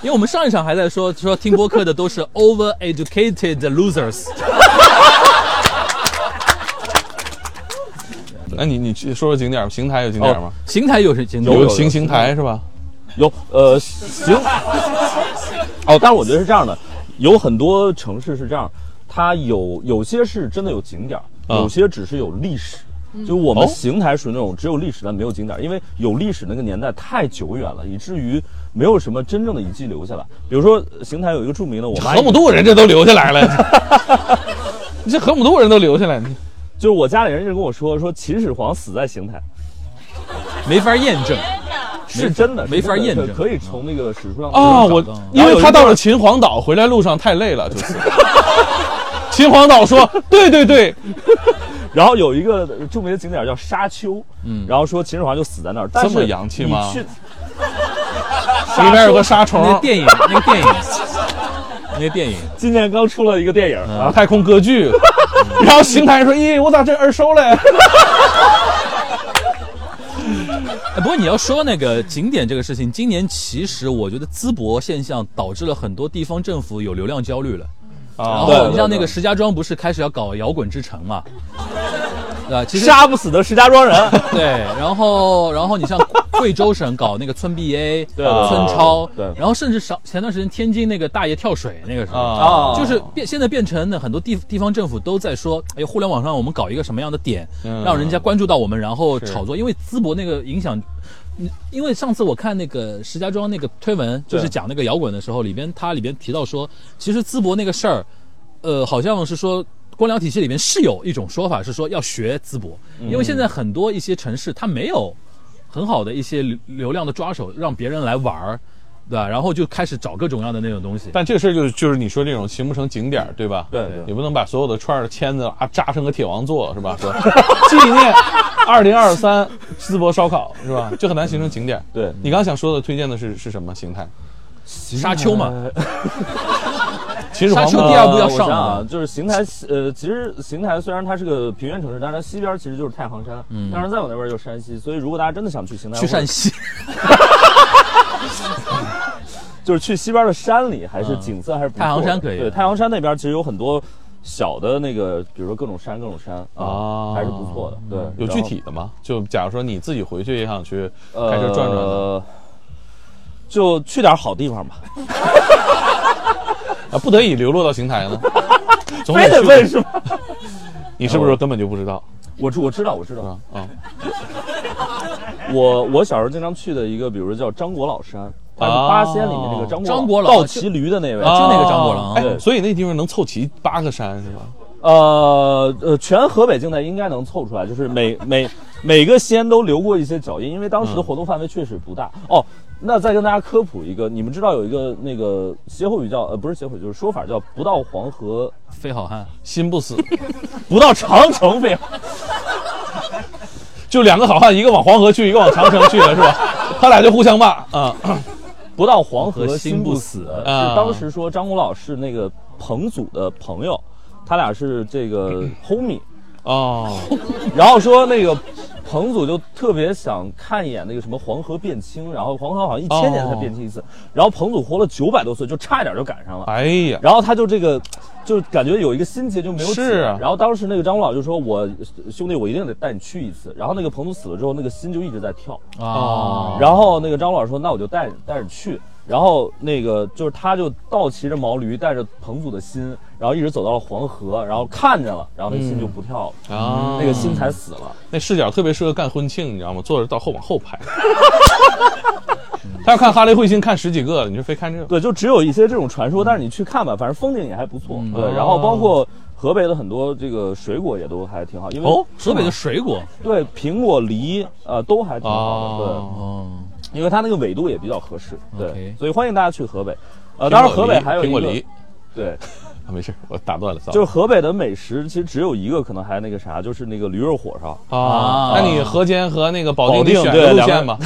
Speaker 6: 因为我们上一场还在说说听播客的都是 over educated losers，
Speaker 4: 那你你去说说景点儿，邢台有景点儿吗？
Speaker 6: 邢台有是景
Speaker 3: 哦
Speaker 6: 点
Speaker 4: 有
Speaker 6: 有
Speaker 4: 行刑台是吧？
Speaker 3: 有呃行，哦，但是我觉得是这样的，有很多城市是这样，它有有些是真的有景点儿，
Speaker 4: 嗯
Speaker 3: 有些只是有历史。就我
Speaker 4: 哦
Speaker 3: 们邢台属于那种只有历史但没有景点儿，因为有历史那个年代太久远了，以至于没有什么真正的遗迹留下来。比如说呃邢台有一个著名的，我妈
Speaker 4: 河姆渡人这都留下来了，你这河姆渡人都留下来，你
Speaker 3: 就是我家里人一直跟我说，说秦始皇死在邢台，
Speaker 6: 没法验证。
Speaker 3: 是真的，
Speaker 6: 没法
Speaker 3: 是真的
Speaker 6: 验证
Speaker 3: 可以从那个史书上
Speaker 4: 啊，
Speaker 3: 可以
Speaker 4: 我
Speaker 3: 找到
Speaker 4: 因为他到了秦皇岛，回来路上太累 了，就是。秦皇岛说：“对对对，
Speaker 3: 然后有一个著名的景点叫沙丘，嗯，然后说秦始皇就死在那儿，但是
Speaker 4: 这么洋气吗
Speaker 3: 你去
Speaker 4: 里面有个沙虫
Speaker 6: 那个，电影，那个电影，那个电影，
Speaker 3: 今年刚出了一个电影啊，
Speaker 4: 太空歌剧。
Speaker 6: 嗯
Speaker 4: 然后邢台说：‘咦，我咋这耳熟嘞
Speaker 6: 哎，不过你要说那个景点这个事情，今年其实我觉得淄博现象导致了很多地方政府有流量焦虑了。？’
Speaker 3: 哦
Speaker 6: 然
Speaker 4: 啊，
Speaker 6: 后
Speaker 3: 对
Speaker 6: 你像那个石家庄不是开始要搞摇滚之城嘛？啊，其实
Speaker 3: 杀不死的石家庄人，
Speaker 6: 对，然后然后你像贵州省搞那个村 BA，
Speaker 3: 对
Speaker 6: 村超，
Speaker 3: 对
Speaker 6: 然后甚至少前段时间天津那个大爷跳水那个时候。
Speaker 4: 啊
Speaker 6: 就是变，现在变成了很多地地方政府都在说，哎，互联网上我们搞一个什么样的点，嗯让人家关注到我们，然后炒作。因为淄博那个影响，嗯因为上次我看那个石家庄那个推文，就是讲那个摇滚的时候，里边它里边提到说，其实淄博那个事儿，呃，好像是说。官僚体系里面是有一种说法是说要学淄博，因为现在很多一些城市它没有很好的一些流流量的抓手，让别人来玩儿，对吧？然后就开始找各种各样的那种东西。
Speaker 4: 但这个事儿就是就是你说这种形不成景点儿，对吧？
Speaker 3: 对对
Speaker 4: 也不能把所有的串儿签子啊扎成个铁王座 是吧？说纪念二零二三淄博烧烤是吧？就很难形成景点儿。
Speaker 3: 对
Speaker 4: 你刚刚想说的推荐的是是什么形态？
Speaker 6: 沙丘嘛，
Speaker 4: 秦始皇
Speaker 6: 沙丘
Speaker 4: 吗
Speaker 6: 第二部要
Speaker 3: 呃我
Speaker 6: 上
Speaker 3: 想啊
Speaker 6: 了，
Speaker 3: 就是邢台西，呃，其实邢台虽然它是个平原城市，但是它西边其实就是太行山，嗯，太行山再往那边就是山西，所以如果大家真的想去邢台，
Speaker 6: 去
Speaker 3: 或
Speaker 6: 陕
Speaker 3: 者
Speaker 6: 西，
Speaker 3: 就是去西边的山里，还是景色还是不错的
Speaker 6: 太行山可以
Speaker 3: 对，太行山那边其实有很多小的那个，比如说各种山，各种山
Speaker 4: 啊
Speaker 3: 啊，还是不错的，对，
Speaker 4: 有
Speaker 3: 然后
Speaker 4: 具体的吗？就假如说你自己回去也想去开车转转的、
Speaker 3: 呃就去点好地方吧，
Speaker 4: 啊，不得已流落到邢 台呢，总
Speaker 3: 非得
Speaker 4: 去
Speaker 3: 问是吗？
Speaker 4: 你是不是根本就不知道
Speaker 3: 我知我知道我知道，
Speaker 4: 啊啊
Speaker 3: 我我小时候经常去的一个，比如说叫张果老山，它是八仙里面那个张果
Speaker 6: 张果老
Speaker 3: 老倒骑驴的那位，
Speaker 6: 就那个张果嗯郎
Speaker 4: 哎，
Speaker 3: 对
Speaker 4: 所以那地方能凑齐八个山是吧？
Speaker 3: 呃呃，全河北境内应该能凑出来，就是每每每个县都留过一些脚印，因为当时的活动范围确实不大。哦，那再跟大家科普一个，你们知道有一个那个歇后语叫呃不是歇后语，就是说法叫不到黄河
Speaker 6: 非好汉，
Speaker 4: 心不死，
Speaker 3: 不到长城非
Speaker 4: 就两个好汉，一个往黄河去，一个往长城去了是吧？他俩就互相骂啊。
Speaker 3: 不到黄河
Speaker 6: 河
Speaker 3: 心
Speaker 6: 心
Speaker 3: 不
Speaker 6: 不
Speaker 3: 死
Speaker 6: 死，
Speaker 3: 是
Speaker 4: 啊
Speaker 3: 当时说张果老是那个彭祖的朋友，他俩是这个 homie，
Speaker 4: 哦，
Speaker 3: 然后说那个彭祖就特别想看一眼那个什么黄河变清，然后黄河好像一千年才变清一次，然后彭祖活了九百多岁，就差一点就赶上了。
Speaker 4: 哎呀，
Speaker 3: 然后他就这个，就感觉有一个心结就没有解。
Speaker 4: 是啊
Speaker 3: 然后当时那个张果老就说：“我兄弟，我一定得带你去一次。”然后那个彭祖死了之后，那个心就一直在跳。
Speaker 6: 啊，
Speaker 3: 然后那个张老师说：“那我就带着带着去。”然后那个就是他就倒骑着毛驴，带着彭祖的心，然后一直走到了黄河，然后看见了，然后那心就不跳了，
Speaker 4: 嗯啊
Speaker 3: 那个心才死了。
Speaker 4: 那视角特别适合干婚庆，你知道吗？坐着到后往后排。他要看哈雷彗星看十几个了，你就非看这个。
Speaker 3: 对，就只有一些这种传说，但是你去看吧，反正风景也还不错。对，
Speaker 4: 哦
Speaker 3: 然后包括河北的很多这个水果也都还挺好，因为
Speaker 6: 哦，河北的水果，
Speaker 3: 对苹果、梨呃都还挺好的。对，
Speaker 4: 哦，
Speaker 6: 哦，
Speaker 3: 因为它那个纬度也比较合适，对
Speaker 6: OK
Speaker 3: 所以欢迎大家去河北。呃，当然河北还有一
Speaker 4: 苹果
Speaker 3: 个
Speaker 4: 梨，
Speaker 3: 对，
Speaker 4: 啊没事，我打断了，
Speaker 3: 就是
Speaker 4: 是
Speaker 3: 河北的美食，其实只有一个可能还那个啥，就是那个驴肉火烧。
Speaker 4: 啊。那你河间和那个保定
Speaker 3: 保定
Speaker 4: 你选
Speaker 3: 对
Speaker 4: 个路
Speaker 3: 两个
Speaker 4: 线 吧。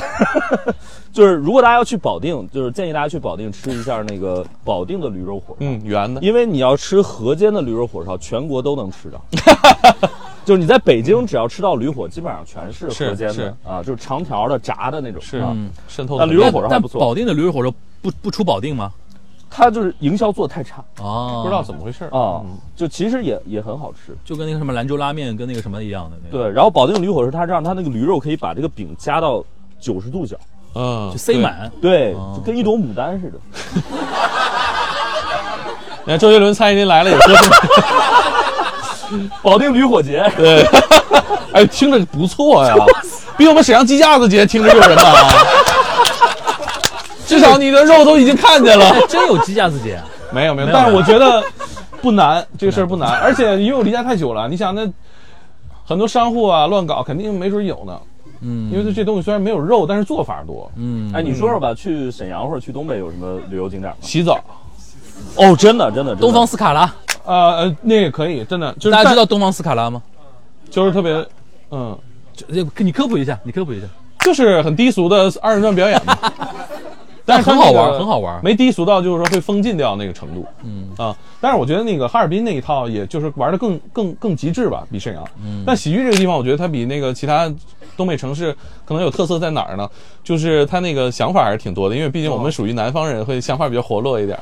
Speaker 3: 就是如果大家要去保定，就是建议大家去保定吃一下那个保定的驴肉火烧，
Speaker 4: 嗯，圆的。
Speaker 3: 因为你要吃河间的驴肉火烧，全国都能吃 到。就是你在北京只要吃到驴火，基本上全是
Speaker 4: 是
Speaker 3: 河间的
Speaker 4: 是
Speaker 3: 啊，就是长条的、炸的那种。
Speaker 4: 是嗯
Speaker 3: 啊，
Speaker 4: 渗透
Speaker 3: 那
Speaker 4: 的
Speaker 3: 驴肉火烧还
Speaker 6: 但
Speaker 3: 不错
Speaker 6: 保定的驴肉火烧不不出保定吗？烧
Speaker 3: 它就是营销做的太差
Speaker 6: 啊，
Speaker 4: 不知道，怎么回事儿
Speaker 3: 啊，就其实也也很好吃。
Speaker 6: 就跟那个什么兰州拉面跟那个什么一样的，那个，
Speaker 3: 对，然后保定驴火烧，它让它那个驴肉可以把这个饼夹到九十度角，
Speaker 4: 嗯，
Speaker 6: 就塞
Speaker 4: 对。
Speaker 6: 满，
Speaker 3: 对，
Speaker 6: 哦
Speaker 3: 就跟一朵牡丹似的。
Speaker 4: 你看周杰伦、蔡依林来了也说是，
Speaker 3: 保定驴火节，
Speaker 4: 对，哎，听着不错呀，比我们沈阳鸡架子节听着诱人 呐。至少你的肉都已经看 见了。
Speaker 6: 还真有鸡架子姐，
Speaker 4: 没有没有，
Speaker 6: 没有
Speaker 4: 但是我觉得不难，这个事儿不难，而且因为我离家太久了，你想那。很多商户啊乱搞，肯定没准有呢。嗯，因为这这东西虽然没有肉，但是做法多。
Speaker 3: 哎，你说说吧，去沈阳或者去东北有什么旅游景点吗？
Speaker 4: 洗澡，
Speaker 3: 哦，真的，真的，真的
Speaker 6: 东方斯卡拉，
Speaker 4: 啊呃，那个可以，真的就是
Speaker 6: 大家知
Speaker 4: 但
Speaker 6: 道东方斯卡拉吗？
Speaker 4: 就是特别，嗯，
Speaker 6: 这这你科普一下，你科普一下。
Speaker 4: 就是很低俗的二人转表 演嘛。但是它
Speaker 6: 但很好
Speaker 4: 那个
Speaker 6: 玩很好玩
Speaker 4: 没低俗到就是说会封禁掉那个程度。嗯啊，但是我觉得那个哈尔滨那一套，也就是玩的更更更极致吧，比沈阳。嗯，但洗浴这个地方，我觉得它比那个其他东北城市可能有特色在哪儿呢？就是它那个想法还是挺多的，因为毕竟我们属于南方人，会想法比较活络 一点。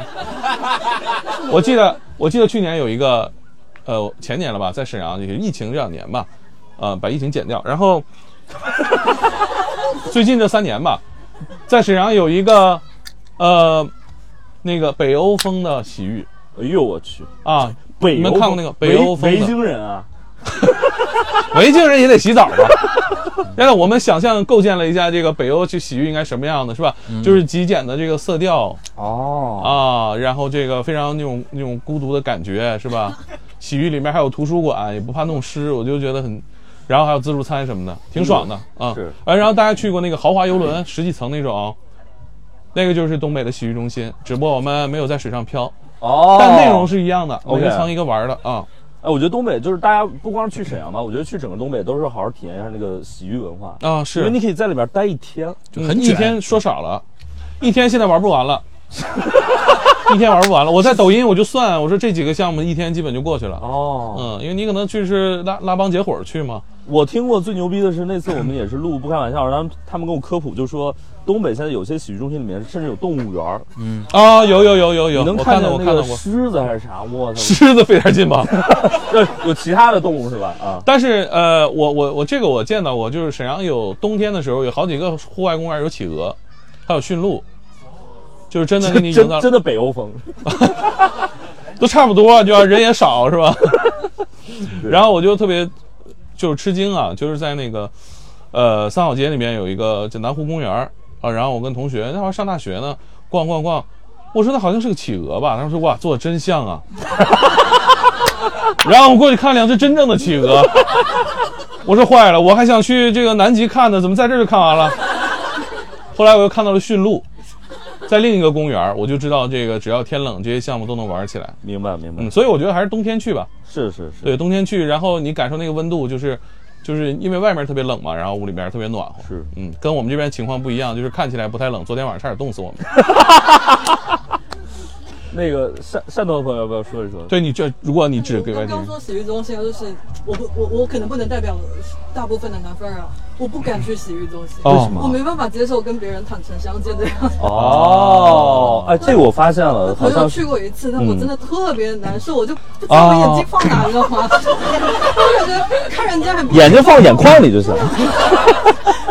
Speaker 4: 我记得我记得去年有一个，呃，前年了吧，在沈阳，也疫情这两年吧，呃，把疫情减掉，然后最近这三年吧，在沈阳有一个，呃，那个北欧风的洗浴
Speaker 3: 哎呦我去，
Speaker 4: 啊，
Speaker 3: 北
Speaker 4: 你们
Speaker 3: 欧
Speaker 4: 看过那个北欧风
Speaker 3: 维
Speaker 4: 的
Speaker 3: 维京人啊，
Speaker 4: 维京人也得洗澡吧？现在我们想象构建了一下这个北欧去洗浴应该什么样的，是吧？就是极简的这个色调
Speaker 3: 哦，
Speaker 4: 啊，然后这个非常那种那种孤独的感觉，是吧？洗浴里面还有图书馆，也不怕弄湿，我就觉得很。然后还有自助餐什么的，挺爽的啊。
Speaker 3: 是
Speaker 4: 啊，然后大家去过那个豪华游轮，十几层那种，那个就是东北的洗浴中心，只不过我们没有在水上漂。
Speaker 3: 哦，
Speaker 4: 但内容是一样的，我
Speaker 3: OK
Speaker 4: 一层一个玩的啊。
Speaker 3: 哎，我觉得东北就是大家不光是去沈阳吧，我觉得去整个东北都是好好体验一下那个洗浴文化，
Speaker 4: 啊，
Speaker 3: 因
Speaker 4: 是
Speaker 3: 为你可以在里边待一天。
Speaker 4: 就
Speaker 6: 很
Speaker 4: 一
Speaker 6: 卷
Speaker 4: 天说少了，一天现在玩不完了， 一天玩不完了。我在抖音我就算，我说这几个项目一天基本就过去了。
Speaker 3: 哦，
Speaker 4: 嗯，因为你可能去是拉拉帮结伙去嘛，
Speaker 3: 我听过最牛逼的是那次我们也是录不开玩笑，然后他们跟我科普就说东北现在有些洗浴中心里面甚至有动物园儿，
Speaker 4: 啊，有有有有有，
Speaker 3: 你能
Speaker 4: 我看
Speaker 3: 见
Speaker 4: 到我
Speaker 3: 那
Speaker 4: 看
Speaker 3: 个
Speaker 4: 到过，
Speaker 3: 狮子还是啥？我 操！
Speaker 4: 狮子费点劲吧。
Speaker 3: 这有其他的动物是吧？啊，
Speaker 4: 但是呃，我我我这个我见到过，就是沈阳有冬天的时候有好几个户外公园有企鹅，还有驯鹿，就是真的给你营
Speaker 3: 真
Speaker 4: 造
Speaker 3: 真的北欧风，
Speaker 4: 都差不多，啊就要人也少是吧？然后我就特别就是吃惊啊，就是在那个呃三好街里面有一个叫南湖公园儿啊，然后我跟同学那会儿上大学呢，逛逛逛，我说那好像是个企鹅吧，他们说哇做的真像啊， 然后我过去看了两只真正的企鹅，我说坏了，我还想去这个南极看呢，怎么在这儿就看完了？后来我又看到了驯鹿。在另一个公园儿，我就知道这个只要天冷，这些项目都能玩起来。
Speaker 3: 明白明白
Speaker 4: 嗯，，所以我觉得还是冬天去吧。
Speaker 3: 是是是
Speaker 4: 对，冬天去，然后你感受那个温度，就是就是因为外面特别冷嘛，然后屋里面特别暖和。
Speaker 3: 是，
Speaker 4: 嗯，跟我们这边情况不一样，就是看起来不太冷。昨天晚上差点冻死我们。
Speaker 3: 那个汕汕头的朋友要不要说一说？
Speaker 4: 对你这，如果你只
Speaker 5: 我
Speaker 4: 给外
Speaker 5: 刚
Speaker 4: 地
Speaker 5: 刚
Speaker 4: 人，
Speaker 5: 说洗浴中心啊，就是我不我我可能不能代表呃大部分的南方人啊，我不敢去洗浴中心，
Speaker 4: 为什
Speaker 5: 我没办法接受跟别人坦诚相见这样子。
Speaker 3: 哦，哎，这个我发现了，好
Speaker 5: 哦朋友
Speaker 3: 像是
Speaker 5: 去过一次，但我真的特别难受，我就不知道我眼睛放哪，你知道吗？我就觉得看人家很不
Speaker 3: 眼睛放眼眶里就行。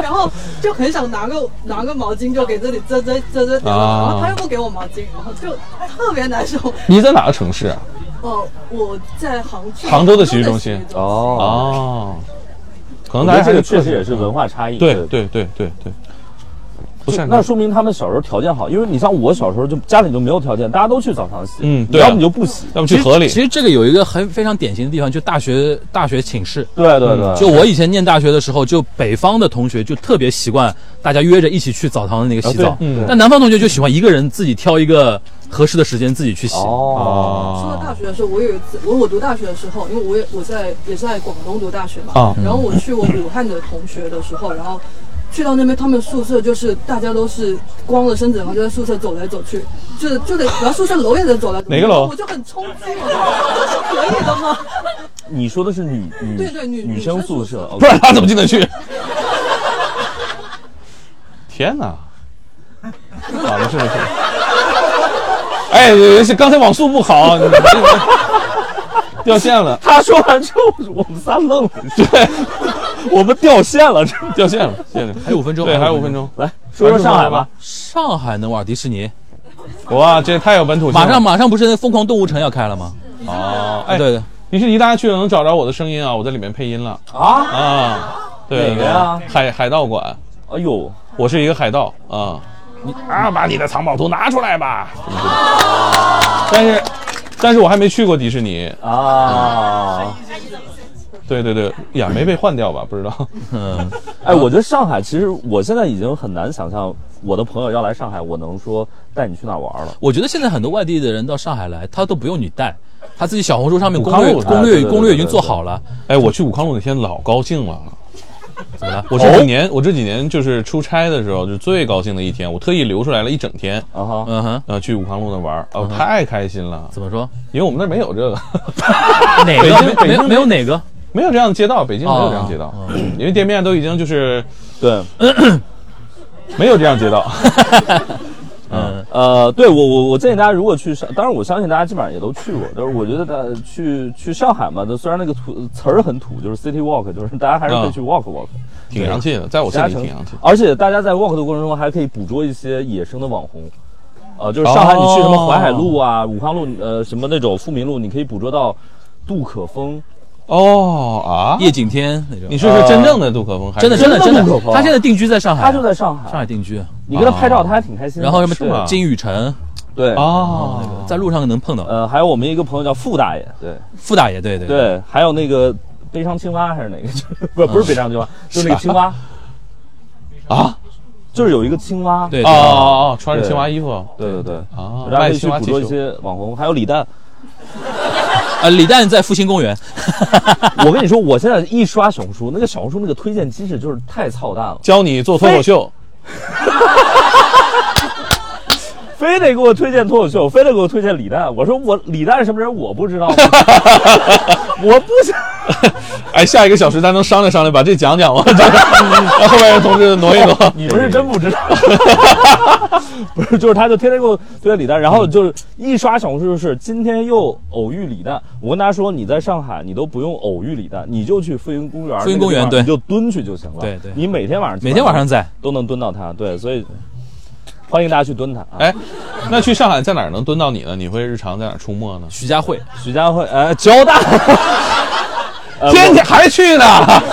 Speaker 5: 然后就很想拿个拿个毛巾就给这里遮遮遮遮掉，
Speaker 4: 啊
Speaker 5: 然后他又不给我毛巾，然后就特别难受。
Speaker 4: 你在哪个城市啊？
Speaker 5: 哦，我在杭州，
Speaker 4: 杭州的洗浴中心
Speaker 5: 杭州的洗浴中
Speaker 3: 哦，
Speaker 4: 哦，可能
Speaker 3: 我觉
Speaker 4: 大
Speaker 3: 得这
Speaker 4: 家
Speaker 3: 个
Speaker 4: 还
Speaker 3: 确实也
Speaker 4: 特
Speaker 3: 是文化差异。
Speaker 4: 对对对对对，不善
Speaker 3: 那
Speaker 4: 良。
Speaker 3: 说明他们小时候条件好，因为你像我小时候就家里就没有条件，大家都去澡堂洗，
Speaker 4: 嗯
Speaker 3: 你
Speaker 4: 对啊
Speaker 3: 要不你就不洗，
Speaker 4: 要不去河里
Speaker 6: 其实这个有一个很非常典型的地方，就大学大学寝室。
Speaker 3: 对对对，
Speaker 6: 就我以前念大学的时候，就北方的同学就特别习惯大家约着一起去澡堂的那个洗
Speaker 4: 啊
Speaker 6: 澡，
Speaker 3: 对
Speaker 4: 嗯
Speaker 6: 但南方同学就喜欢一个人自己挑一个合适的时间自己去洗。
Speaker 4: 啊
Speaker 3: 哦，
Speaker 5: 说到大学的时候，我有一次，我我读大学的时候，因为我也我在也是在广东读大学嘛，
Speaker 4: 啊
Speaker 5: 然后
Speaker 4: 嗯
Speaker 5: 我去我武汉的同学的时候，然后去到那边，他们宿舍就是大家都是光着身子，然后就在宿舍走来走去，就是就得，然后宿舍楼也得走来走去，
Speaker 4: 哪个楼
Speaker 5: 我就很冲击，我说这是可以的吗？
Speaker 3: 你说的是女女
Speaker 5: 对对女
Speaker 3: 女生
Speaker 5: 女生
Speaker 3: 宿
Speaker 5: 宿
Speaker 3: 舍哦
Speaker 5: 舍，
Speaker 4: 不然他怎么进得去？天哪！啊，没事没事。哎，刚才网速不好，你这掉线了，
Speaker 3: 他说完之后， 我们仨愣了，对， 我们掉线了，这
Speaker 4: 掉线了，谢谢。
Speaker 6: 还有五分钟，
Speaker 4: 对，还有五分。钟。
Speaker 3: 来说说上海吧，
Speaker 6: 哦上海能玩迪士尼，
Speaker 4: 哇，这太有本土性了。
Speaker 6: 马上马上不是那疯狂动物城要开了吗？
Speaker 4: 哦，哎，
Speaker 6: 对的，
Speaker 4: 迪士尼大家去了能找着我的声音啊，我在里面配音了
Speaker 3: 啊，
Speaker 4: 啊。对
Speaker 3: 哪个呀
Speaker 4: 对海海盗馆，
Speaker 3: 哎呦，
Speaker 4: 我是一个海盗啊。你啊，把你的藏宝图拿出来 吧。但是，但是我还没去过迪士尼。
Speaker 3: 啊，
Speaker 4: 啊对对对，呀，没被换掉吧？不知道。
Speaker 3: 哎，我觉得上海，其实我现在已经很难想象，我的朋友要来上海，我能说带你去哪儿玩了。
Speaker 6: 我觉得现在很多外地的人到上海来，他都不用你带，他自己小红书上面攻
Speaker 4: 武
Speaker 6: 略
Speaker 4: 康路对
Speaker 6: 攻
Speaker 4: 对
Speaker 6: 略
Speaker 4: 对
Speaker 6: 攻略
Speaker 4: 对
Speaker 6: 已经
Speaker 4: 对
Speaker 6: 做好了。
Speaker 4: 哎，我去武康路那天老高兴了。
Speaker 6: 怎么了？
Speaker 4: 我这几年，我这几年就是出差的时候，就是最高兴的一天。我特意留出来了一整天，
Speaker 3: 啊哈，
Speaker 6: 嗯哼，
Speaker 4: 呃，去武康路那玩儿，
Speaker 6: 嗯
Speaker 4: 哦，太开心了，
Speaker 6: 怎么说？
Speaker 4: 因为我们那儿没有这个，
Speaker 6: 哪
Speaker 4: 北京
Speaker 6: 个？没
Speaker 4: 北
Speaker 6: 没
Speaker 4: 京
Speaker 6: 有没有哪个？
Speaker 4: 没有这样的街道，北京没有这样的街道
Speaker 6: 哦，
Speaker 4: 因为店面都已经就是
Speaker 3: 对，
Speaker 4: 没有这 样街道。
Speaker 3: 嗯呃，对我我我建议大家，如果去上，当然我相信大家基本上也都去过，就是我觉得大家去去上海嘛，就虽然那个土词儿很土，就是 city walk，就是大家还是可以去 walk walk，
Speaker 4: 挺洋气的，在我
Speaker 3: 其
Speaker 4: 心
Speaker 3: 他
Speaker 4: 里
Speaker 3: 城
Speaker 4: 挺
Speaker 3: 市
Speaker 4: 洋气。
Speaker 3: 而且大家在 walk 的过程中还可以捕捉一些野生的网红。啊，就是上海，
Speaker 4: 哦
Speaker 3: 你去什么淮海路啊、武康路，呃，什么那种富民路，你可以捕捉到杜可风，
Speaker 4: 哦啊，
Speaker 6: 叶景天那种
Speaker 4: 你。是说真正的杜可风，还是
Speaker 6: 呃真的真的
Speaker 3: 真
Speaker 6: 真
Speaker 3: 的不
Speaker 6: 的
Speaker 3: 可
Speaker 4: 啊
Speaker 3: 靠，
Speaker 6: 他现在定居在
Speaker 4: 哎
Speaker 6: 上海，啊
Speaker 3: 他就在上海，
Speaker 6: 上海定居，
Speaker 3: 你跟他拍照，他还挺开心的。
Speaker 6: 然后什
Speaker 3: 是吗
Speaker 6: 么金宇辰，
Speaker 3: 对，
Speaker 4: 啊哦，
Speaker 6: 在路上能碰到
Speaker 3: 呃，还有我们一个朋友叫傅大爷，对
Speaker 4: 哎
Speaker 6: 傅大爷，对对，
Speaker 3: 对，还有那个悲伤青蛙还是哪个？ 就是不不是悲
Speaker 4: 哦
Speaker 3: 伤青蛙，就是那个青蛙，
Speaker 4: 啊
Speaker 3: 就是有一个青蛙。
Speaker 6: 对
Speaker 4: 哦
Speaker 6: 对
Speaker 4: 哦哦，穿着青蛙衣服
Speaker 3: 对对对，
Speaker 4: 啊，
Speaker 3: 大家可
Speaker 4: 卖
Speaker 3: 以去
Speaker 4: 青蛙
Speaker 3: 捕
Speaker 4: 气
Speaker 3: 捉一
Speaker 4: 球。
Speaker 3: 些网红，还有李诞。
Speaker 6: 呃，李诞在复兴公园，
Speaker 3: 我跟你说，我现在一刷小红书，那个小红书那个推荐机制就是太操蛋了，
Speaker 4: 教你做脱口秀，
Speaker 3: 非得给我推荐脱口秀，非得给我推荐李诞。我说我李诞是什么人我不知道 吗，我不想。
Speaker 4: 哎，下一个小时咱能商量商量，把这讲 讲完，让后面的同志挪一挪。
Speaker 3: 你们是真不 知道，不是，就是他就天天给我推荐李诞，然
Speaker 6: 嗯
Speaker 3: 后就是一刷小红书就是今天又偶遇李诞。我跟大家说，你在上海你都不用偶遇李诞，你就去飞云公园那个地方，
Speaker 6: 飞云公园对
Speaker 3: 你就蹲去就行了。
Speaker 6: 对对
Speaker 3: 你每天晚上
Speaker 6: 每天晚上在
Speaker 3: 都能蹲到他，对，所以欢迎大家去蹲他啊。
Speaker 4: 哎，那去上海在哪儿能蹲到你呢？你会日常在哪儿出没呢？
Speaker 6: 徐家汇，
Speaker 3: 徐家汇，呃，交大，呃
Speaker 4: 天天还去呢？
Speaker 3: 我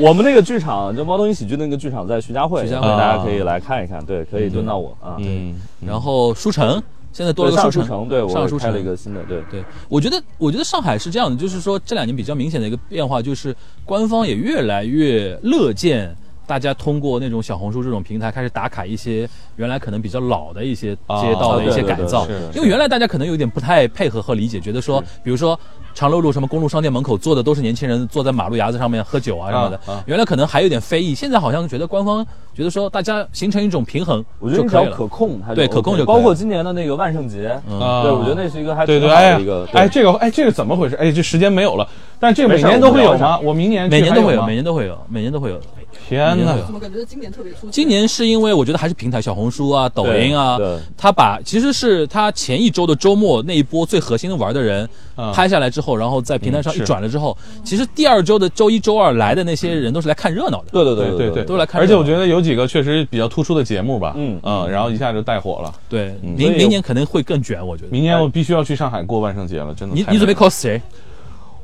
Speaker 3: 我们那个剧场，就猫头鹰喜剧那个剧场在徐家汇，
Speaker 6: 徐家
Speaker 3: 所
Speaker 6: 汇
Speaker 3: 以大家可以来看一看，对，可以蹲到我啊。
Speaker 4: 嗯，
Speaker 6: 然后舒城，现在多
Speaker 3: 对
Speaker 6: 了个
Speaker 3: 上
Speaker 6: 舒
Speaker 3: 书
Speaker 6: 城
Speaker 3: 城，，对
Speaker 6: 上
Speaker 3: 我
Speaker 6: 舒
Speaker 3: 开
Speaker 6: 城
Speaker 3: 了一个新的，对。
Speaker 6: 对，我觉得，我觉得上海是这样的，就是说这两年比较明显的一个变化，就是官方也越来越乐见大家通过那种小红书这种平台开始打卡一些原来可能比较老的一些
Speaker 4: 啊
Speaker 6: 街道的一些改造，
Speaker 4: 对对对是
Speaker 6: 因为原来大家可能有点不太配合和理解，觉得说，比如说。长乐路什么公路商店门口坐的都是年轻人，坐在马路牙子上面喝酒啊什么的。
Speaker 4: 啊啊
Speaker 6: 原来可能还有点非议，现在好像觉得官方觉得说大家形成一种平衡
Speaker 3: 我觉得
Speaker 6: 就
Speaker 3: 你只
Speaker 6: 可
Speaker 3: 要
Speaker 6: 以了。
Speaker 3: 可控，它就
Speaker 6: 对
Speaker 3: OK
Speaker 6: 可控就可以
Speaker 3: 包括今年的那个万圣节，
Speaker 4: 啊
Speaker 3: 嗯对，我觉得那是一个还
Speaker 4: 对
Speaker 3: 挺
Speaker 4: 对，
Speaker 3: 好
Speaker 4: 哎
Speaker 3: 的
Speaker 4: 呀
Speaker 3: 一个，对
Speaker 4: 哎，这个哎，这个怎么回事？哎，这时间没有了，但是这个每
Speaker 3: 没事
Speaker 4: 年都会
Speaker 3: 我
Speaker 4: 有
Speaker 3: 们聊
Speaker 4: 吗？我明年去
Speaker 6: 每年都
Speaker 4: 还
Speaker 6: 会有，
Speaker 4: 吗
Speaker 6: 每年都会有，每年都会有。
Speaker 4: 天
Speaker 6: 每
Speaker 4: 哪
Speaker 6: 年！
Speaker 5: 怎么感觉今年特别出？
Speaker 6: 今年是因为我觉得还是平台，小红书啊、抖音啊
Speaker 3: 对对，
Speaker 6: 他把其实是他前一周的周末那一波最核心的玩的人
Speaker 4: 嗯
Speaker 6: 拍下来之后，然后在平台上
Speaker 4: 嗯
Speaker 6: 一
Speaker 4: 是
Speaker 6: 转了之后，其实第二周的周一周二来的那些人都是来看热闹的。
Speaker 3: 对对
Speaker 4: 对
Speaker 3: 对
Speaker 4: 对对，
Speaker 6: 都来看
Speaker 4: 而且
Speaker 6: 热闹
Speaker 4: 我觉得有几个确实比较突出的节目吧，
Speaker 3: 嗯
Speaker 4: 嗯，然后一下就带火了。
Speaker 6: 对，
Speaker 3: 所
Speaker 4: 嗯
Speaker 6: 明
Speaker 3: 以
Speaker 6: 明年可能会更卷，我觉得。
Speaker 4: 明
Speaker 3: 哎
Speaker 4: 年我必须要去上海过万圣节了，真的
Speaker 6: 你
Speaker 4: 太美了。
Speaker 6: 你准备 cos 谁？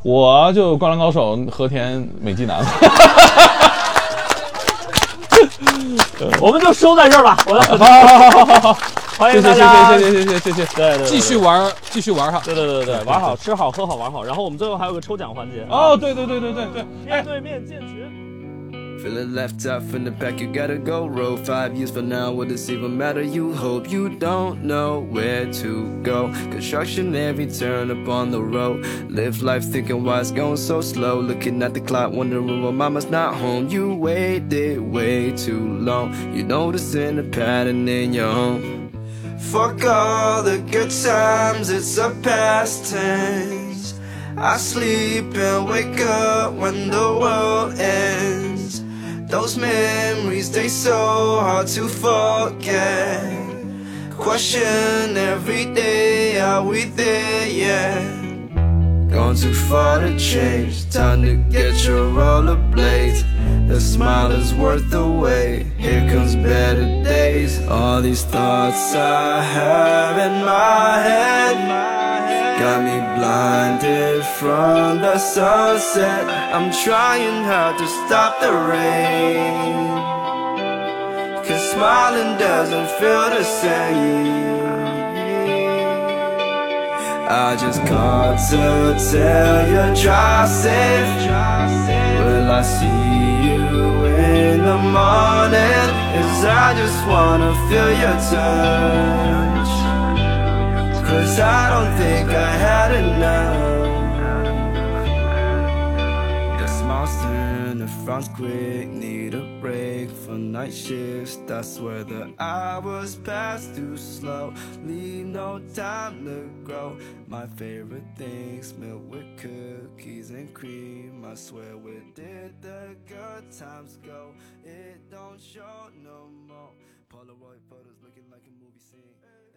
Speaker 4: 我就《灌篮高手》和田美纪男。
Speaker 3: 我们就收在这儿吧。我要欢
Speaker 4: 谢
Speaker 3: 迎
Speaker 4: 谢
Speaker 3: 大家，
Speaker 4: 谢谢 谢谢谢谢谢。
Speaker 3: 对对对，对
Speaker 6: 继续。玩，继续玩哈。
Speaker 3: 对对对对，玩好吃好喝好玩好，然后我们最后还有个抽奖环节啊，
Speaker 4: 哦，对对对对对对，哎
Speaker 3: 面，对面建群。
Speaker 9: Feeling left out from the back, you gotta go roll. Five years from now, will this even matter? You hope you don't know where to go. Construction every turn up on the road. Live life thinking why it's going so slow. Looking at the clock, wondering why mama's not home. You waited way too long. You're noticing a pattern in your home. Fuck all the good times, it's a past tense. I sleep and wake up when the world ends. Those memories, they so hard to forget. Question every day, are we there yet? Gone too far to change. Time to get your rollerblades. The smile is worth the wait. Here comes better days. All these thoughts I have in my head got me blinded from the sunset. I'm trying hard to stop the rain. Cause smiling doesn't feel the same. I just called to tell you drive safe. Will I see you in the morning? 'Cause I just wanna feel your touch. Cause I don't think I had enough. This monster in the front's quick, need a break from night shifts. That's where the hours pass too slow. Leave no time to grow. My favorite things, milk with cookies and cream. I swear we did the good times go. It don't show no more. Polaroid photos looking like a movie scene.